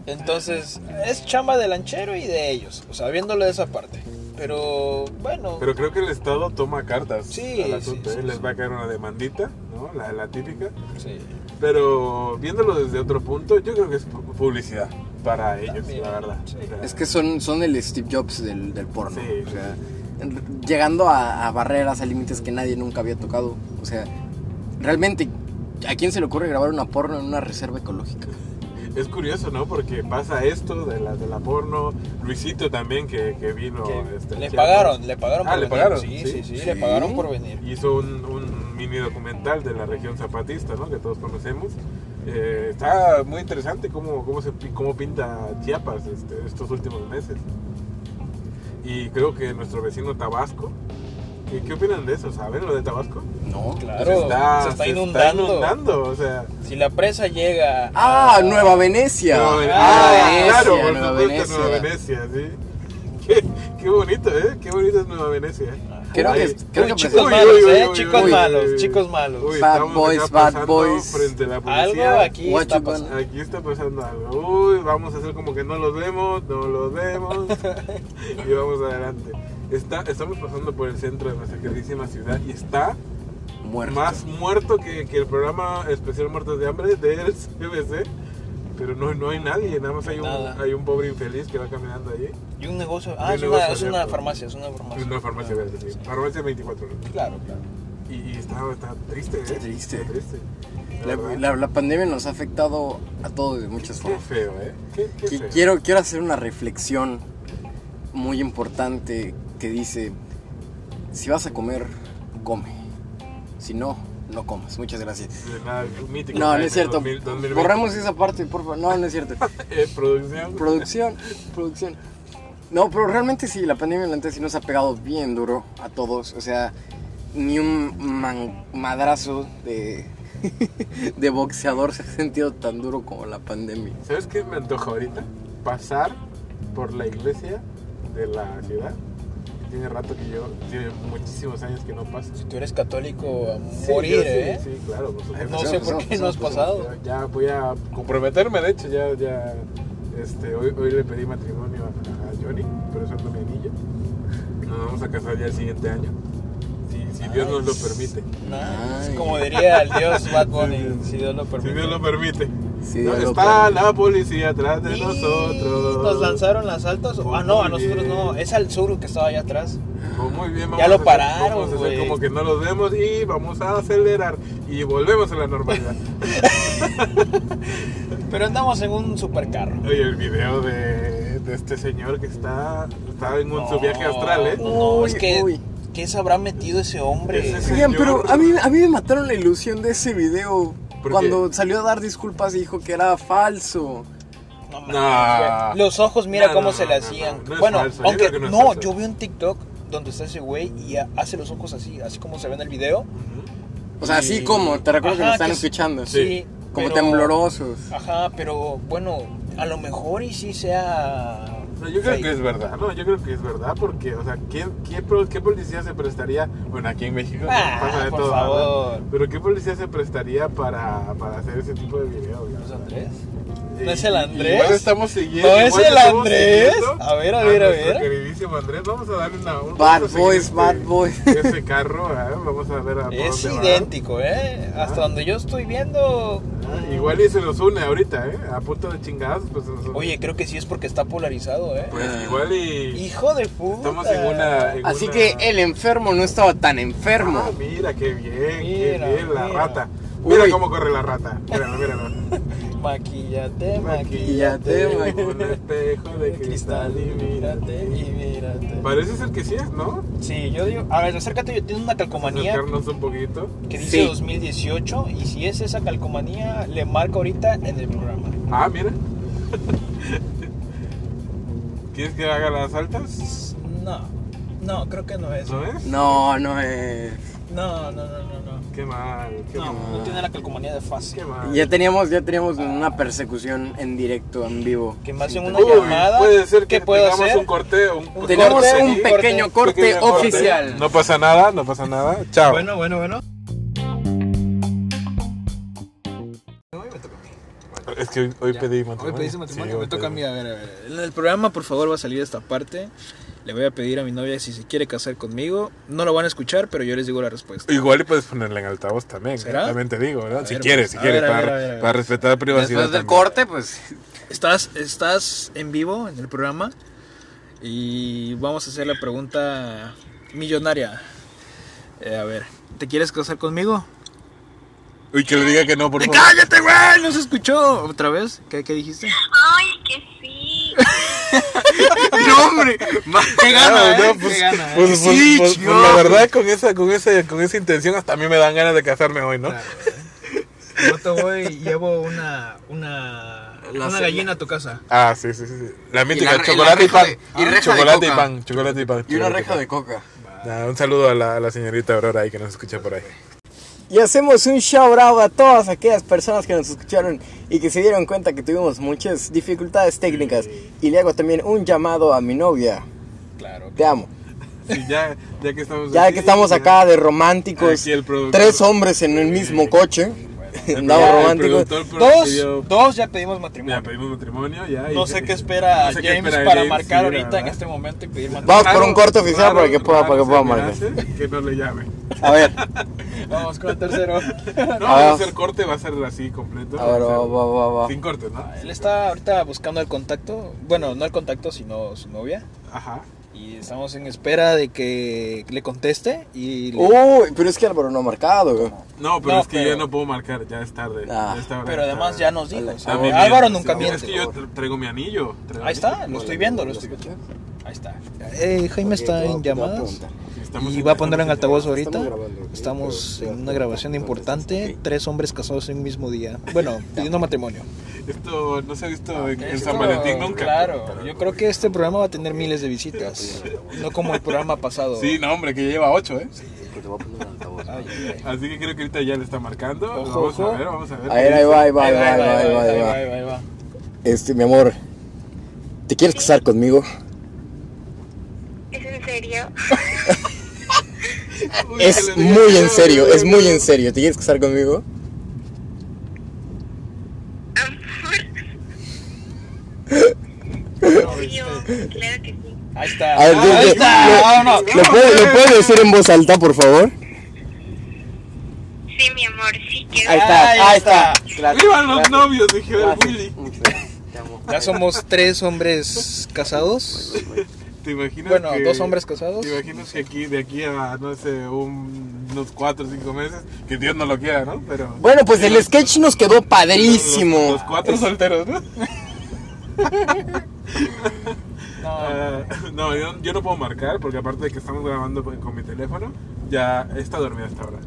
[SPEAKER 1] Entonces, es chamba del lanchero y de ellos. O sea, viéndolo de esa parte. Pero, bueno.
[SPEAKER 3] Pero creo que el Estado toma cartas
[SPEAKER 1] Sí,
[SPEAKER 3] al asunto.
[SPEAKER 1] sí,
[SPEAKER 3] ¿eh?
[SPEAKER 1] sí,
[SPEAKER 3] Les
[SPEAKER 1] sí.
[SPEAKER 3] va a caer una demandita, ¿no? La, la típica.
[SPEAKER 1] sí.
[SPEAKER 3] Pero viéndolo desde otro punto, yo creo que es pu- publicidad para ellos,
[SPEAKER 1] También,
[SPEAKER 3] la verdad.
[SPEAKER 1] sí.
[SPEAKER 3] O sea,
[SPEAKER 2] Es que son, son el Steve Jobs del, del porno.
[SPEAKER 3] Sí,
[SPEAKER 2] o sea, en- llegando a, a barreras, a límites que nadie nunca había tocado. O sea, realmente, ¿a quién se le ocurre grabar una porno en una reserva ecológica?
[SPEAKER 3] es curioso, ¿no? Porque pasa esto de la, de la porno. Luisito también, que, que vino.
[SPEAKER 1] Que
[SPEAKER 3] este,
[SPEAKER 1] le
[SPEAKER 3] Chiapas,
[SPEAKER 1] pagaron, le pagaron
[SPEAKER 3] Ah,
[SPEAKER 1] por
[SPEAKER 3] ¿le
[SPEAKER 1] venir.
[SPEAKER 3] pagaron?
[SPEAKER 1] Sí,
[SPEAKER 3] Sí. Pues
[SPEAKER 1] sí, sí,
[SPEAKER 2] Sí.
[SPEAKER 1] le pagaron por venir.
[SPEAKER 3] Hizo un, un mini documental de la región zapatista, ¿no? Que todos conocemos. Eh, está muy interesante cómo, cómo, se, pi- cómo pinta Chiapas este, estos últimos meses. Y creo que nuestro vecino Tabasco. ¿Qué, qué opinan de eso? ¿Saben lo de Tabasco?
[SPEAKER 2] No.
[SPEAKER 1] Claro,
[SPEAKER 3] Pues
[SPEAKER 1] se está, inundando.
[SPEAKER 3] inundando, o sea.
[SPEAKER 1] Si la presa llega.
[SPEAKER 2] Ah,
[SPEAKER 1] a-
[SPEAKER 2] Nueva Venecia.
[SPEAKER 3] Nueva Venecia.
[SPEAKER 1] Ah,
[SPEAKER 3] claro, por
[SPEAKER 2] Nueva
[SPEAKER 3] supuesto,
[SPEAKER 2] Venecia.
[SPEAKER 3] Nueva Venecia, sí. Qué, qué bonito, ¿eh? Qué bonito es Nueva Venecia.
[SPEAKER 2] Creo
[SPEAKER 3] Ahí.
[SPEAKER 2] que, creo
[SPEAKER 1] Uy,
[SPEAKER 2] que
[SPEAKER 1] chicos,
[SPEAKER 2] presenta-
[SPEAKER 1] malos, eh, chicos malos, chicos malos.
[SPEAKER 2] Bad
[SPEAKER 3] estamos acá
[SPEAKER 2] boys, bad
[SPEAKER 3] pasando
[SPEAKER 2] boys.
[SPEAKER 3] Frente a la
[SPEAKER 1] Algo
[SPEAKER 3] policía.
[SPEAKER 1] aquí
[SPEAKER 2] What
[SPEAKER 1] está
[SPEAKER 2] you gonna-
[SPEAKER 1] pasando.
[SPEAKER 3] Aquí está pasando algo. Uy, vamos a hacer como que no los vemos, no los vemos. y vamos adelante. Está, estamos pasando por el centro de nuestra queridísima ciudad y está
[SPEAKER 2] muerto.
[SPEAKER 3] más muerto que, que el programa especial Muertos de Hambre del CBC. Pero no, no hay nadie, nada más hay un,
[SPEAKER 1] Nada.
[SPEAKER 3] hay un pobre infeliz que va caminando allí.
[SPEAKER 1] Y un negocio.
[SPEAKER 3] Y un
[SPEAKER 1] Ah, es,
[SPEAKER 3] negocio
[SPEAKER 1] una, es una
[SPEAKER 3] abierto.
[SPEAKER 1] farmacia, es una farmacia. Ah,
[SPEAKER 3] Una farmacia verde, sí. Farmacia 24 horas.
[SPEAKER 1] Claro, claro.
[SPEAKER 3] Y, y está, está triste, ¿eh?
[SPEAKER 2] Está triste.
[SPEAKER 3] Está triste. La
[SPEAKER 2] La,
[SPEAKER 3] verdad,
[SPEAKER 2] la- la pandemia nos ha afectado a todos de muchas
[SPEAKER 3] Qué
[SPEAKER 2] formas.
[SPEAKER 3] feo, ¿eh? Qué, qué
[SPEAKER 2] Qui-
[SPEAKER 3] feo.
[SPEAKER 2] Quiero, quiero hacer una reflexión muy importante que que dice, si vas a comer, come. Si no, no comas. Muchas gracias.
[SPEAKER 3] De nada, mítico.
[SPEAKER 2] No, no es cierto.
[SPEAKER 3] 2000, 2020.
[SPEAKER 2] Borremos esa parte, por favor. No, no es cierto.
[SPEAKER 3] Eh, producción.
[SPEAKER 2] producción, producción. No, pero realmente sí, la pandemia delante sí nos ha pegado bien duro a todos. O sea, ni un man- madrazo de, de boxeador se ha sentido tan duro como la pandemia.
[SPEAKER 3] ¿Sabes qué me antoja ahorita? Pasar por la iglesia de la ciudad. Tiene rato que yo, tiene muchísimos años que no paso.
[SPEAKER 1] Si tú eres católico, a
[SPEAKER 3] Sí,
[SPEAKER 1] morir,
[SPEAKER 3] yo sí,
[SPEAKER 1] ¿eh?
[SPEAKER 3] Sí, claro. por
[SPEAKER 2] pues,
[SPEAKER 3] supuesto.
[SPEAKER 1] No sé por qué no has pasado.
[SPEAKER 3] Pues Ya- Ya voy a comprometerme, de hecho, ya, ya, este, hoy, hoy le pedí matrimonio a, a Johnny, por eso ando mi anillo. Nos vamos a casar ya el siguiente año, si, si Dios nos lo permite.
[SPEAKER 1] Nice.
[SPEAKER 2] Ay.
[SPEAKER 1] Como diría el dios Bad Bunny, si Dios lo
[SPEAKER 3] Si
[SPEAKER 1] permite.
[SPEAKER 3] Dios lo permite.
[SPEAKER 2] Sí,
[SPEAKER 3] No,
[SPEAKER 2] Dios lo
[SPEAKER 3] está
[SPEAKER 2] permite.
[SPEAKER 3] la policía atrás de
[SPEAKER 1] Y
[SPEAKER 3] nosotros.
[SPEAKER 1] Nos lanzaron las altas. Ah, no, a
[SPEAKER 3] Muy
[SPEAKER 1] nosotros
[SPEAKER 3] bien.
[SPEAKER 1] no. Es al sur que estaba allá atrás.
[SPEAKER 3] Pues muy bien, vamos
[SPEAKER 1] Ya
[SPEAKER 3] a
[SPEAKER 1] lo
[SPEAKER 3] hacer-
[SPEAKER 1] pararon,
[SPEAKER 3] vamos a hacer
[SPEAKER 1] güey.
[SPEAKER 3] como que no los vemos y vamos a acelerar y volvemos a la normalidad.
[SPEAKER 1] Pero andamos en un supercarro.
[SPEAKER 3] Oye, el video de, de este señor que está, está en un, su viaje
[SPEAKER 1] No,
[SPEAKER 3] astral, ¿eh?
[SPEAKER 1] No,
[SPEAKER 2] Uy,
[SPEAKER 1] es que.
[SPEAKER 2] uy.
[SPEAKER 1] ¿Qué se habrá metido ese hombre?
[SPEAKER 3] Ese
[SPEAKER 2] Oigan,
[SPEAKER 3] señor.
[SPEAKER 2] pero a mí, a mí me mataron la ilusión de ese video.
[SPEAKER 3] ¿Por
[SPEAKER 2] Cuando salió a dar disculpas dijo que era falso.
[SPEAKER 1] No,
[SPEAKER 3] No.
[SPEAKER 1] mames, güey. Los ojos, mira
[SPEAKER 3] No,
[SPEAKER 1] cómo
[SPEAKER 3] no,
[SPEAKER 1] se
[SPEAKER 3] no,
[SPEAKER 1] le
[SPEAKER 3] no,
[SPEAKER 1] hacían.
[SPEAKER 3] no es
[SPEAKER 1] bueno,
[SPEAKER 3] falso, yo
[SPEAKER 1] aunque
[SPEAKER 3] creo que no
[SPEAKER 1] no,
[SPEAKER 3] es falso.
[SPEAKER 1] yo vi un TikTok donde está ese güey y ha- hace los ojos así, así como se ve en el video.
[SPEAKER 2] O sea, así
[SPEAKER 1] Y-
[SPEAKER 2] como, te recuerdo que
[SPEAKER 1] Ajá,
[SPEAKER 2] nos están
[SPEAKER 1] que sí.
[SPEAKER 2] escuchando.
[SPEAKER 1] Sí,
[SPEAKER 2] Como
[SPEAKER 1] pero-
[SPEAKER 2] temblorosos.
[SPEAKER 3] Ah,
[SPEAKER 1] Ajá, pero bueno, a lo mejor y sí sea.
[SPEAKER 3] No, yo creo
[SPEAKER 1] fake.
[SPEAKER 3] que es verdad, no, yo creo que es verdad porque, o sea, ¿qué, qué, pro- qué policía se prestaría, bueno, aquí en México
[SPEAKER 1] Ah,
[SPEAKER 3] pasa de
[SPEAKER 1] por
[SPEAKER 3] todo,
[SPEAKER 1] favor.
[SPEAKER 3] ¿verdad? pero qué policía se prestaría para, para hacer ese tipo de videos?
[SPEAKER 1] ¿No es
[SPEAKER 3] ¿verdad?
[SPEAKER 1] Andrés?
[SPEAKER 3] Y-
[SPEAKER 1] ¿No es el
[SPEAKER 3] y-
[SPEAKER 1] Andrés?
[SPEAKER 3] Igual estamos siguiendo.
[SPEAKER 1] ¿No
[SPEAKER 3] igual
[SPEAKER 1] es el
[SPEAKER 3] estamos
[SPEAKER 1] Andrés?
[SPEAKER 3] siguiendo
[SPEAKER 1] A ver, a ver, a
[SPEAKER 3] nuestro
[SPEAKER 1] ver.
[SPEAKER 3] Queridísimo Andrés, vamos a darle una. un-
[SPEAKER 2] Bad
[SPEAKER 3] vamos a
[SPEAKER 2] boys,
[SPEAKER 3] seguir
[SPEAKER 2] bad boys.
[SPEAKER 3] Ese carro, ¿eh? vamos a ver a por
[SPEAKER 1] Es
[SPEAKER 3] dónde va.
[SPEAKER 1] idéntico, ¿eh? Hasta
[SPEAKER 3] Ah.
[SPEAKER 1] donde yo estoy viendo.
[SPEAKER 3] Ah, Igual y se nos une ahorita, ¿eh? A punto de chingadas, pues se nos une.
[SPEAKER 1] Oye, creo que sí es porque está polarizado, ¿eh?
[SPEAKER 3] Pues igual y.
[SPEAKER 1] Hijo de puta.
[SPEAKER 3] Estamos en una. eh, en
[SPEAKER 2] Así
[SPEAKER 3] una-
[SPEAKER 2] que el enfermo no estaba tan enfermo.
[SPEAKER 3] Ah, mira, qué bien,
[SPEAKER 1] Mira,
[SPEAKER 3] qué bien, la
[SPEAKER 1] mira.
[SPEAKER 3] rata. Mira
[SPEAKER 2] Uy.
[SPEAKER 3] cómo corre la rata. Míralo, míralo.
[SPEAKER 1] Maquillate,
[SPEAKER 2] Maquillate,
[SPEAKER 1] maquillate.
[SPEAKER 3] Con un espejo de cristal y mírate.
[SPEAKER 1] y mírate.
[SPEAKER 3] Parece ser que sí es, ¿no?
[SPEAKER 1] Sí, yo digo, a ver, acércate, yo tengo una calcomanía
[SPEAKER 3] Acercarnos un poquito.
[SPEAKER 1] que dice
[SPEAKER 2] Sí.
[SPEAKER 1] 2018 y si es esa calcomanía, le marco ahorita en el programa.
[SPEAKER 3] Ah, mira. ¿Quieres que haga las altas?
[SPEAKER 1] No, no, creo que no es.
[SPEAKER 3] ¿No es?
[SPEAKER 2] No, no es.
[SPEAKER 1] No, no, no, no, no.
[SPEAKER 3] Qué mal, qué
[SPEAKER 1] No, pues,
[SPEAKER 3] mal.
[SPEAKER 1] no tiene la calcomanía de
[SPEAKER 3] Qué
[SPEAKER 1] fácil.
[SPEAKER 3] mal.
[SPEAKER 2] Ya teníamos, ya teníamos una persecución en directo, en vivo.
[SPEAKER 1] Que más en una
[SPEAKER 3] Uy,
[SPEAKER 1] llamada.
[SPEAKER 3] puede ser que
[SPEAKER 1] ¿Qué puedo
[SPEAKER 3] tengamos
[SPEAKER 1] hacer?
[SPEAKER 3] un corteo. Un
[SPEAKER 1] Un
[SPEAKER 2] Tenemos
[SPEAKER 1] corte,
[SPEAKER 2] un
[SPEAKER 1] corte.
[SPEAKER 2] pequeño corte,
[SPEAKER 3] pequeño corte.
[SPEAKER 2] oficial.
[SPEAKER 3] No pasa nada, no pasa nada. Chao.
[SPEAKER 1] Bueno, bueno, bueno.
[SPEAKER 3] es que hoy, hoy pedí matrimonio.
[SPEAKER 1] Hoy pediste matrimonio,
[SPEAKER 3] Sí, hoy
[SPEAKER 1] me toca a
[SPEAKER 3] pedí.
[SPEAKER 1] mí. A ver, a ver. En el programa, por favor, va a salir esta parte. Le voy a pedir a mi novia si se quiere casar conmigo. No lo van a escuchar, pero yo les digo la respuesta.
[SPEAKER 3] Igual y puedes ponerla en altavoz también.
[SPEAKER 1] ¿Será?
[SPEAKER 3] También te digo, ¿verdad?
[SPEAKER 1] A
[SPEAKER 3] si
[SPEAKER 1] ver,
[SPEAKER 3] quieres, si
[SPEAKER 1] a
[SPEAKER 3] quieres,
[SPEAKER 1] ver, a
[SPEAKER 3] para,
[SPEAKER 1] ver, a ver, a ver.
[SPEAKER 3] para respetar privacidad.
[SPEAKER 2] Después del
[SPEAKER 3] también.
[SPEAKER 2] corte, pues.
[SPEAKER 1] Estás, estás en vivo en el programa y vamos a hacer la pregunta millonaria. Eh, a ver, ¿te quieres casar conmigo?
[SPEAKER 3] Uy, que le diga que no, por favor.
[SPEAKER 1] ¡Cállate, güey! ¿No se escuchó otra vez? ¿Qué, qué dijiste?
[SPEAKER 4] Ay, que sí.
[SPEAKER 2] ¡No, hombre! ¿eh? ¡Qué
[SPEAKER 3] Ah, no, pues,
[SPEAKER 1] eh.
[SPEAKER 3] pues, pues,
[SPEAKER 2] Sí,
[SPEAKER 3] pues, pues,
[SPEAKER 2] chingón.
[SPEAKER 3] la verdad con esa, con esa, con esa intención hasta a mí me dan ganas de casarme hoy, ¿no? pues,
[SPEAKER 1] No te voy, llevo una, una,
[SPEAKER 2] La
[SPEAKER 1] una
[SPEAKER 2] cena.
[SPEAKER 1] gallina a tu casa.
[SPEAKER 3] Ah, sí, sí, sí. La mítica,
[SPEAKER 2] Y la- y la
[SPEAKER 3] chocolate y
[SPEAKER 2] reja
[SPEAKER 3] pan.
[SPEAKER 2] de- y reja de
[SPEAKER 3] chocolate y
[SPEAKER 2] coca.
[SPEAKER 3] pan, chocolate y pan.
[SPEAKER 2] Y una
[SPEAKER 3] chocolate
[SPEAKER 2] reja
[SPEAKER 3] pan.
[SPEAKER 2] de coca.
[SPEAKER 3] Ah, un saludo a la, a la señorita Aurora ahí que nos escucha por ahí.
[SPEAKER 2] Y hacemos un shout out a todas aquellas personas que nos escucharon y que se dieron cuenta que tuvimos muchas dificultades técnicas. Y le hago también un llamado a mi novia.
[SPEAKER 1] Claro.
[SPEAKER 2] Te amo.
[SPEAKER 3] Sí, ya, ya que estamos
[SPEAKER 2] Ya
[SPEAKER 3] aquí,
[SPEAKER 2] que estamos acá de románticos,
[SPEAKER 3] Aquí el productor.
[SPEAKER 2] tres hombres en el mismo coche. Andaba
[SPEAKER 3] el
[SPEAKER 2] romántico.
[SPEAKER 3] productor, pero pidió-
[SPEAKER 1] Dos, dos ya pedimos
[SPEAKER 3] Ya
[SPEAKER 1] matrimonio.
[SPEAKER 3] pedimos matrimonio, ya. y-
[SPEAKER 1] No sé qué espera
[SPEAKER 3] no sé qué
[SPEAKER 1] James
[SPEAKER 3] espera
[SPEAKER 1] para
[SPEAKER 3] James,
[SPEAKER 1] marcar
[SPEAKER 3] sí,
[SPEAKER 1] ahorita en
[SPEAKER 3] ¿verdad?
[SPEAKER 1] este momento y pedir matrimonio.
[SPEAKER 2] Vamos por un corte oficial para que pueda, para que pueda
[SPEAKER 3] se me
[SPEAKER 2] marcar.
[SPEAKER 3] hace Que no le llame.
[SPEAKER 2] A ver,
[SPEAKER 1] Vamos con el tercero.
[SPEAKER 3] No,
[SPEAKER 2] Ah.
[SPEAKER 3] va
[SPEAKER 1] pues,
[SPEAKER 3] a ser corte, va a ser así completo.
[SPEAKER 2] a ver,
[SPEAKER 3] va a
[SPEAKER 2] va,
[SPEAKER 3] ser
[SPEAKER 2] va, va, va.
[SPEAKER 3] Sin cortes, ¿no?
[SPEAKER 1] Él está ahorita buscando el contacto. Bueno, no el contacto, sino su novia.
[SPEAKER 3] Ajá.
[SPEAKER 1] Y estamos en espera de que le conteste. Y le-
[SPEAKER 2] Uy, pero es que Álvaro no ha marcado. güey.
[SPEAKER 3] No, pero
[SPEAKER 1] No,
[SPEAKER 3] es que
[SPEAKER 1] pero-
[SPEAKER 3] ya no puedo marcar, ya es tarde.
[SPEAKER 2] Ah.
[SPEAKER 3] ya está-
[SPEAKER 1] Pero además ya nos dijo.
[SPEAKER 2] Dale,
[SPEAKER 1] o sea,
[SPEAKER 3] Está bien,
[SPEAKER 1] Álvaro
[SPEAKER 3] bien.
[SPEAKER 1] nunca
[SPEAKER 3] Sí, Es
[SPEAKER 1] miente.
[SPEAKER 3] que yo tra- traigo mi anillo. traigo
[SPEAKER 1] Ahí
[SPEAKER 3] mi anillo.
[SPEAKER 1] está, lo estoy viendo, lo estoy viendo. Ahí está. Eh, Jaime
[SPEAKER 5] Ok,
[SPEAKER 1] está
[SPEAKER 5] te voy a-
[SPEAKER 1] en
[SPEAKER 5] te voy a
[SPEAKER 1] llamadas.
[SPEAKER 5] preguntar.
[SPEAKER 3] Estamos
[SPEAKER 1] y voy a ponerlo en altavoz
[SPEAKER 3] estamos
[SPEAKER 1] ahorita.
[SPEAKER 5] Estamos grabando, ok,
[SPEAKER 1] Estamos
[SPEAKER 5] pero-
[SPEAKER 1] en una grabación importante. Tres hombres casados en un mismo día. Bueno, pidiendo matrimonio.
[SPEAKER 3] Esto no se ha visto en, en
[SPEAKER 1] Ah, Esto,
[SPEAKER 3] San Valentín nunca.
[SPEAKER 1] Claro, yo creo que este programa va a tener miles de visitas. No como el programa pasado.
[SPEAKER 3] Sí, no, hombre, que ya lleva 8, ¿eh?
[SPEAKER 5] Te voy a poner en altavoz.
[SPEAKER 1] Ay, ay, ay.
[SPEAKER 3] Así que creo que ahorita ya le está marcando.
[SPEAKER 1] Ojo,
[SPEAKER 3] vamos
[SPEAKER 1] ojo.
[SPEAKER 3] a ver, vamos a ver.
[SPEAKER 2] A ver, ahí va, ahí va, ahí va,
[SPEAKER 1] Ahí
[SPEAKER 2] ahí
[SPEAKER 1] va,
[SPEAKER 2] va,
[SPEAKER 1] ahí va,
[SPEAKER 2] ahí
[SPEAKER 1] ahí
[SPEAKER 2] va.
[SPEAKER 1] va, ahí va, ahí va.
[SPEAKER 2] Este, mi amor, ¿te quieres casar conmigo?
[SPEAKER 4] ¿Es en serio?
[SPEAKER 3] Uy, que
[SPEAKER 2] Es
[SPEAKER 3] le diga
[SPEAKER 2] muy
[SPEAKER 3] que
[SPEAKER 2] en
[SPEAKER 3] no,
[SPEAKER 2] serio,
[SPEAKER 3] que
[SPEAKER 2] es
[SPEAKER 3] no.
[SPEAKER 2] muy en serio. ¿Te quieres casar conmigo?
[SPEAKER 5] Pues,
[SPEAKER 4] Sí, yo,
[SPEAKER 5] eh,
[SPEAKER 4] claro que sí.
[SPEAKER 1] Ahí está.
[SPEAKER 2] A ver,
[SPEAKER 1] Ahí
[SPEAKER 2] dime,
[SPEAKER 1] está.
[SPEAKER 2] ¿lo-
[SPEAKER 1] vámonos.
[SPEAKER 2] ¿Lo puedo- lo puedo decir en voz alta, por favor?
[SPEAKER 4] Sí, mi amor, sí quiero.
[SPEAKER 5] Ahí está,
[SPEAKER 1] Ahí
[SPEAKER 5] ahí,
[SPEAKER 1] está.
[SPEAKER 5] está. Gracias,
[SPEAKER 3] ¡Viva los
[SPEAKER 5] gracias,
[SPEAKER 3] novios! Dije
[SPEAKER 1] Ah,
[SPEAKER 3] el
[SPEAKER 5] gracias.
[SPEAKER 3] Willy.
[SPEAKER 5] Muchas gracias, te amo.
[SPEAKER 1] Ya somos tres hombres casados.
[SPEAKER 3] ¿Te imaginas?
[SPEAKER 1] Bueno,
[SPEAKER 3] que-
[SPEAKER 1] dos hombres casados.
[SPEAKER 3] ¿Te imaginas que aquí, de aquí a, no sé, un- unos 4 o 5 meses, que Dios no lo quiera, ¿no? Pero.
[SPEAKER 2] Bueno, pues el sketch nos quedó
[SPEAKER 3] Los,
[SPEAKER 2] padrísimo.
[SPEAKER 3] los cuatro solteros, ¿no?
[SPEAKER 1] No,
[SPEAKER 3] Ah, no, yo, yo no puedo marcar porque aparte de que estamos grabando con, con mi teléfono, ya está dormida hasta ahora.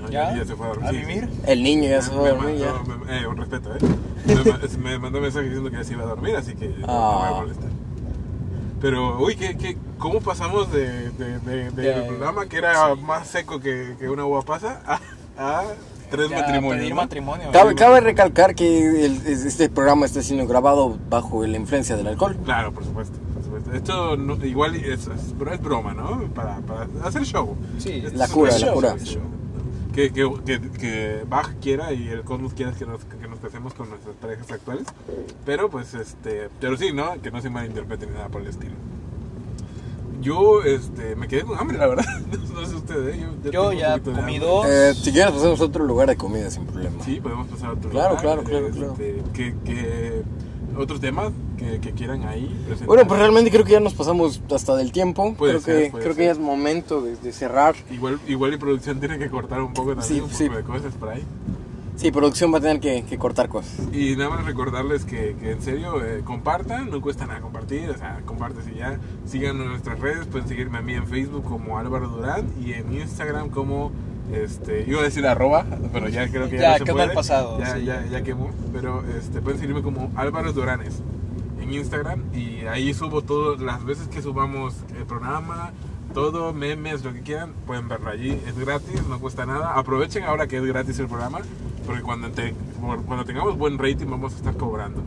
[SPEAKER 3] No,
[SPEAKER 1] ¿Ya?
[SPEAKER 3] se fue a dormir.
[SPEAKER 1] ¿A
[SPEAKER 3] Sí, sí.
[SPEAKER 1] vivir?
[SPEAKER 2] El niño ya se fue a
[SPEAKER 3] Me
[SPEAKER 2] dormir, ya.
[SPEAKER 3] mandó- me- eh, un respeto, ¿eh? Me, ma- me mandó un mensaje diciendo que ya se iba a dormir, así que no me voy
[SPEAKER 2] Ah.
[SPEAKER 3] a molestar. Pero, uy, ¿qué, qué, ¿cómo pasamos de, de, de, de
[SPEAKER 1] Ya,
[SPEAKER 3] el programa que era más seco que, que una uva pasa a, a tres
[SPEAKER 1] Ya,
[SPEAKER 3] matrimonios?
[SPEAKER 1] pedir
[SPEAKER 3] ¿no?
[SPEAKER 1] matrimonio.
[SPEAKER 2] Cabe, cabe recalcar que el- es- este programa está siendo grabado bajo la influencia del alcohol.
[SPEAKER 3] Claro, por supuesto, por supuesto. Esto no- igual es, es, pero es broma, ¿no? Para, para hacer show.
[SPEAKER 1] Sí,
[SPEAKER 3] Esto
[SPEAKER 2] la
[SPEAKER 3] es
[SPEAKER 2] cura,
[SPEAKER 3] un
[SPEAKER 2] la cura.
[SPEAKER 3] es un Que, que, que, que Bach quiera y el Cosmos quiera que nos, que nos casemos con nuestras parejas actuales. Pero pues, este, pero sí, ¿no? Que no se malinterprete ni nada por el estilo. Yo, este, me quedé con hambre, la verdad. No, sé ustedes, ¿eh? Yo,
[SPEAKER 1] Yo
[SPEAKER 3] tengo un
[SPEAKER 1] ya
[SPEAKER 3] poquito de
[SPEAKER 1] comí
[SPEAKER 3] hambre.
[SPEAKER 1] dos.
[SPEAKER 2] Eh, si quieres, pasamos a otro lugar de comida sin problema.
[SPEAKER 3] Sí, podemos pasar a otro
[SPEAKER 2] Claro,
[SPEAKER 3] lugar, este,
[SPEAKER 2] claro, claro, claro.
[SPEAKER 3] Que, que, otros temas que, que quieran ahí presentar.
[SPEAKER 2] Bueno, pues realmente creo que ya nos pasamos hasta del tiempo.
[SPEAKER 3] Puede
[SPEAKER 2] creo
[SPEAKER 3] ser,
[SPEAKER 2] que,
[SPEAKER 3] puede
[SPEAKER 2] creo
[SPEAKER 3] ser.
[SPEAKER 2] que ya es momento de, de cerrar.
[SPEAKER 3] Igual, igual y producción tiene que cortar un poco también,
[SPEAKER 2] Sí,
[SPEAKER 3] un poco
[SPEAKER 2] sí.
[SPEAKER 3] de cosas por ahí.
[SPEAKER 2] Sí, producción va a tener que, que cortar cosas.
[SPEAKER 3] Y nada más recordarles que, que en serio, eh, compartan, no cuesta nada compartir, o sea, compartes y ya. Síganos en nuestras redes, pueden seguirme a mí en Facebook como Álvaro Durán y en Instagram como, este, iba a decir arroba, pero ya creo que ya,
[SPEAKER 1] Ya,
[SPEAKER 3] no se
[SPEAKER 1] quedó
[SPEAKER 3] puede.
[SPEAKER 1] el pasado,
[SPEAKER 3] Ya,
[SPEAKER 1] sí.
[SPEAKER 3] ya, ya quemó, pero este, pueden seguirme como Álvaro Duranes en Instagram y ahí subo todas las veces que subamos el programa, todo, memes, lo que quieran, pueden verlo allí, es gratis, no cuesta nada. Aprovechen ahora que es gratis el programa, porque cuando, te- por- cuando tengamos buen rating vamos a estar cobrando.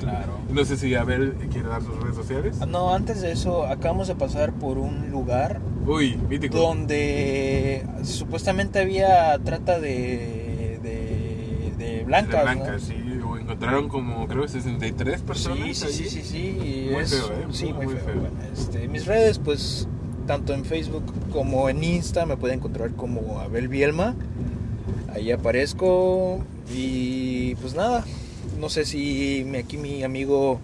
[SPEAKER 1] Claro.
[SPEAKER 3] No sé si Abel quiere dar sus redes sociales.
[SPEAKER 1] No, antes de eso, acabamos de pasar por un lugar
[SPEAKER 3] Uy, mítico.
[SPEAKER 1] donde supuestamente había trata de, de, de blancas.
[SPEAKER 3] La
[SPEAKER 1] ¿no?
[SPEAKER 3] Blanca, sí, o encontraron como creo 63
[SPEAKER 1] Sí,
[SPEAKER 3] personas.
[SPEAKER 1] sí,
[SPEAKER 3] allí.
[SPEAKER 1] sí, sí, sí. y
[SPEAKER 3] Muy
[SPEAKER 1] es-
[SPEAKER 3] feo, ¿eh?
[SPEAKER 1] Sí, muy,
[SPEAKER 3] Muy, muy
[SPEAKER 1] feo.
[SPEAKER 3] feo.
[SPEAKER 1] Bueno, este, mis redes, pues, tanto en Facebook como en Insta me pueden encontrar como Abel Bielma. Ahí aparezco. Y pues nada, no sé si mi- aquí mi amigo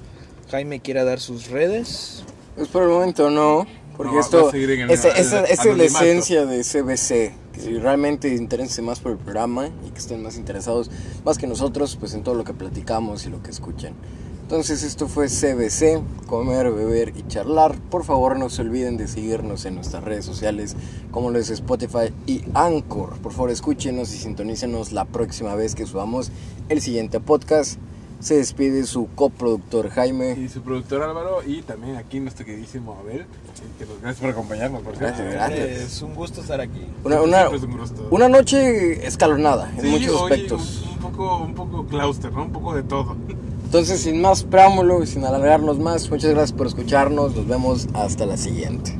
[SPEAKER 1] Jaime quiera dar sus redes.
[SPEAKER 2] Pues por el momento no, porque
[SPEAKER 3] No, va- va
[SPEAKER 2] esto
[SPEAKER 3] a seguir en el-
[SPEAKER 2] esa,
[SPEAKER 3] el-
[SPEAKER 2] esa-
[SPEAKER 3] el
[SPEAKER 2] esa es la
[SPEAKER 3] anonimato.
[SPEAKER 2] esencia de CBC, que si realmente interesen más por el programa y que estén más interesados más que nosotros pues en todo lo que platicamos y lo que escuchan. Entonces esto fue CBC, comer, beber y charlar. Por favor no se olviden de seguirnos en nuestras redes sociales como lo es Spotify y Anchor. Por favor escúchenos y sintonícenos la próxima vez que subamos el siguiente podcast. Se despide su coproductor Jaime.
[SPEAKER 3] Y su productor Álvaro y también aquí nuestro queridísimo Abel. Que nos- gracias por acompañarnos, por cierto.
[SPEAKER 2] Gracias, gracias.
[SPEAKER 1] Es un gusto estar aquí.
[SPEAKER 2] Una, una,
[SPEAKER 3] Siempre es un gusto.
[SPEAKER 2] una noche escalonada en
[SPEAKER 3] Sí,
[SPEAKER 2] muchos
[SPEAKER 3] oye,
[SPEAKER 2] aspectos.
[SPEAKER 3] Un, un poco, un poco clauster, ¿no? Un poco de todo.
[SPEAKER 2] Entonces, sin más preámbulo y sin alargarnos más, muchas gracias por escucharnos. Nos vemos hasta la siguiente.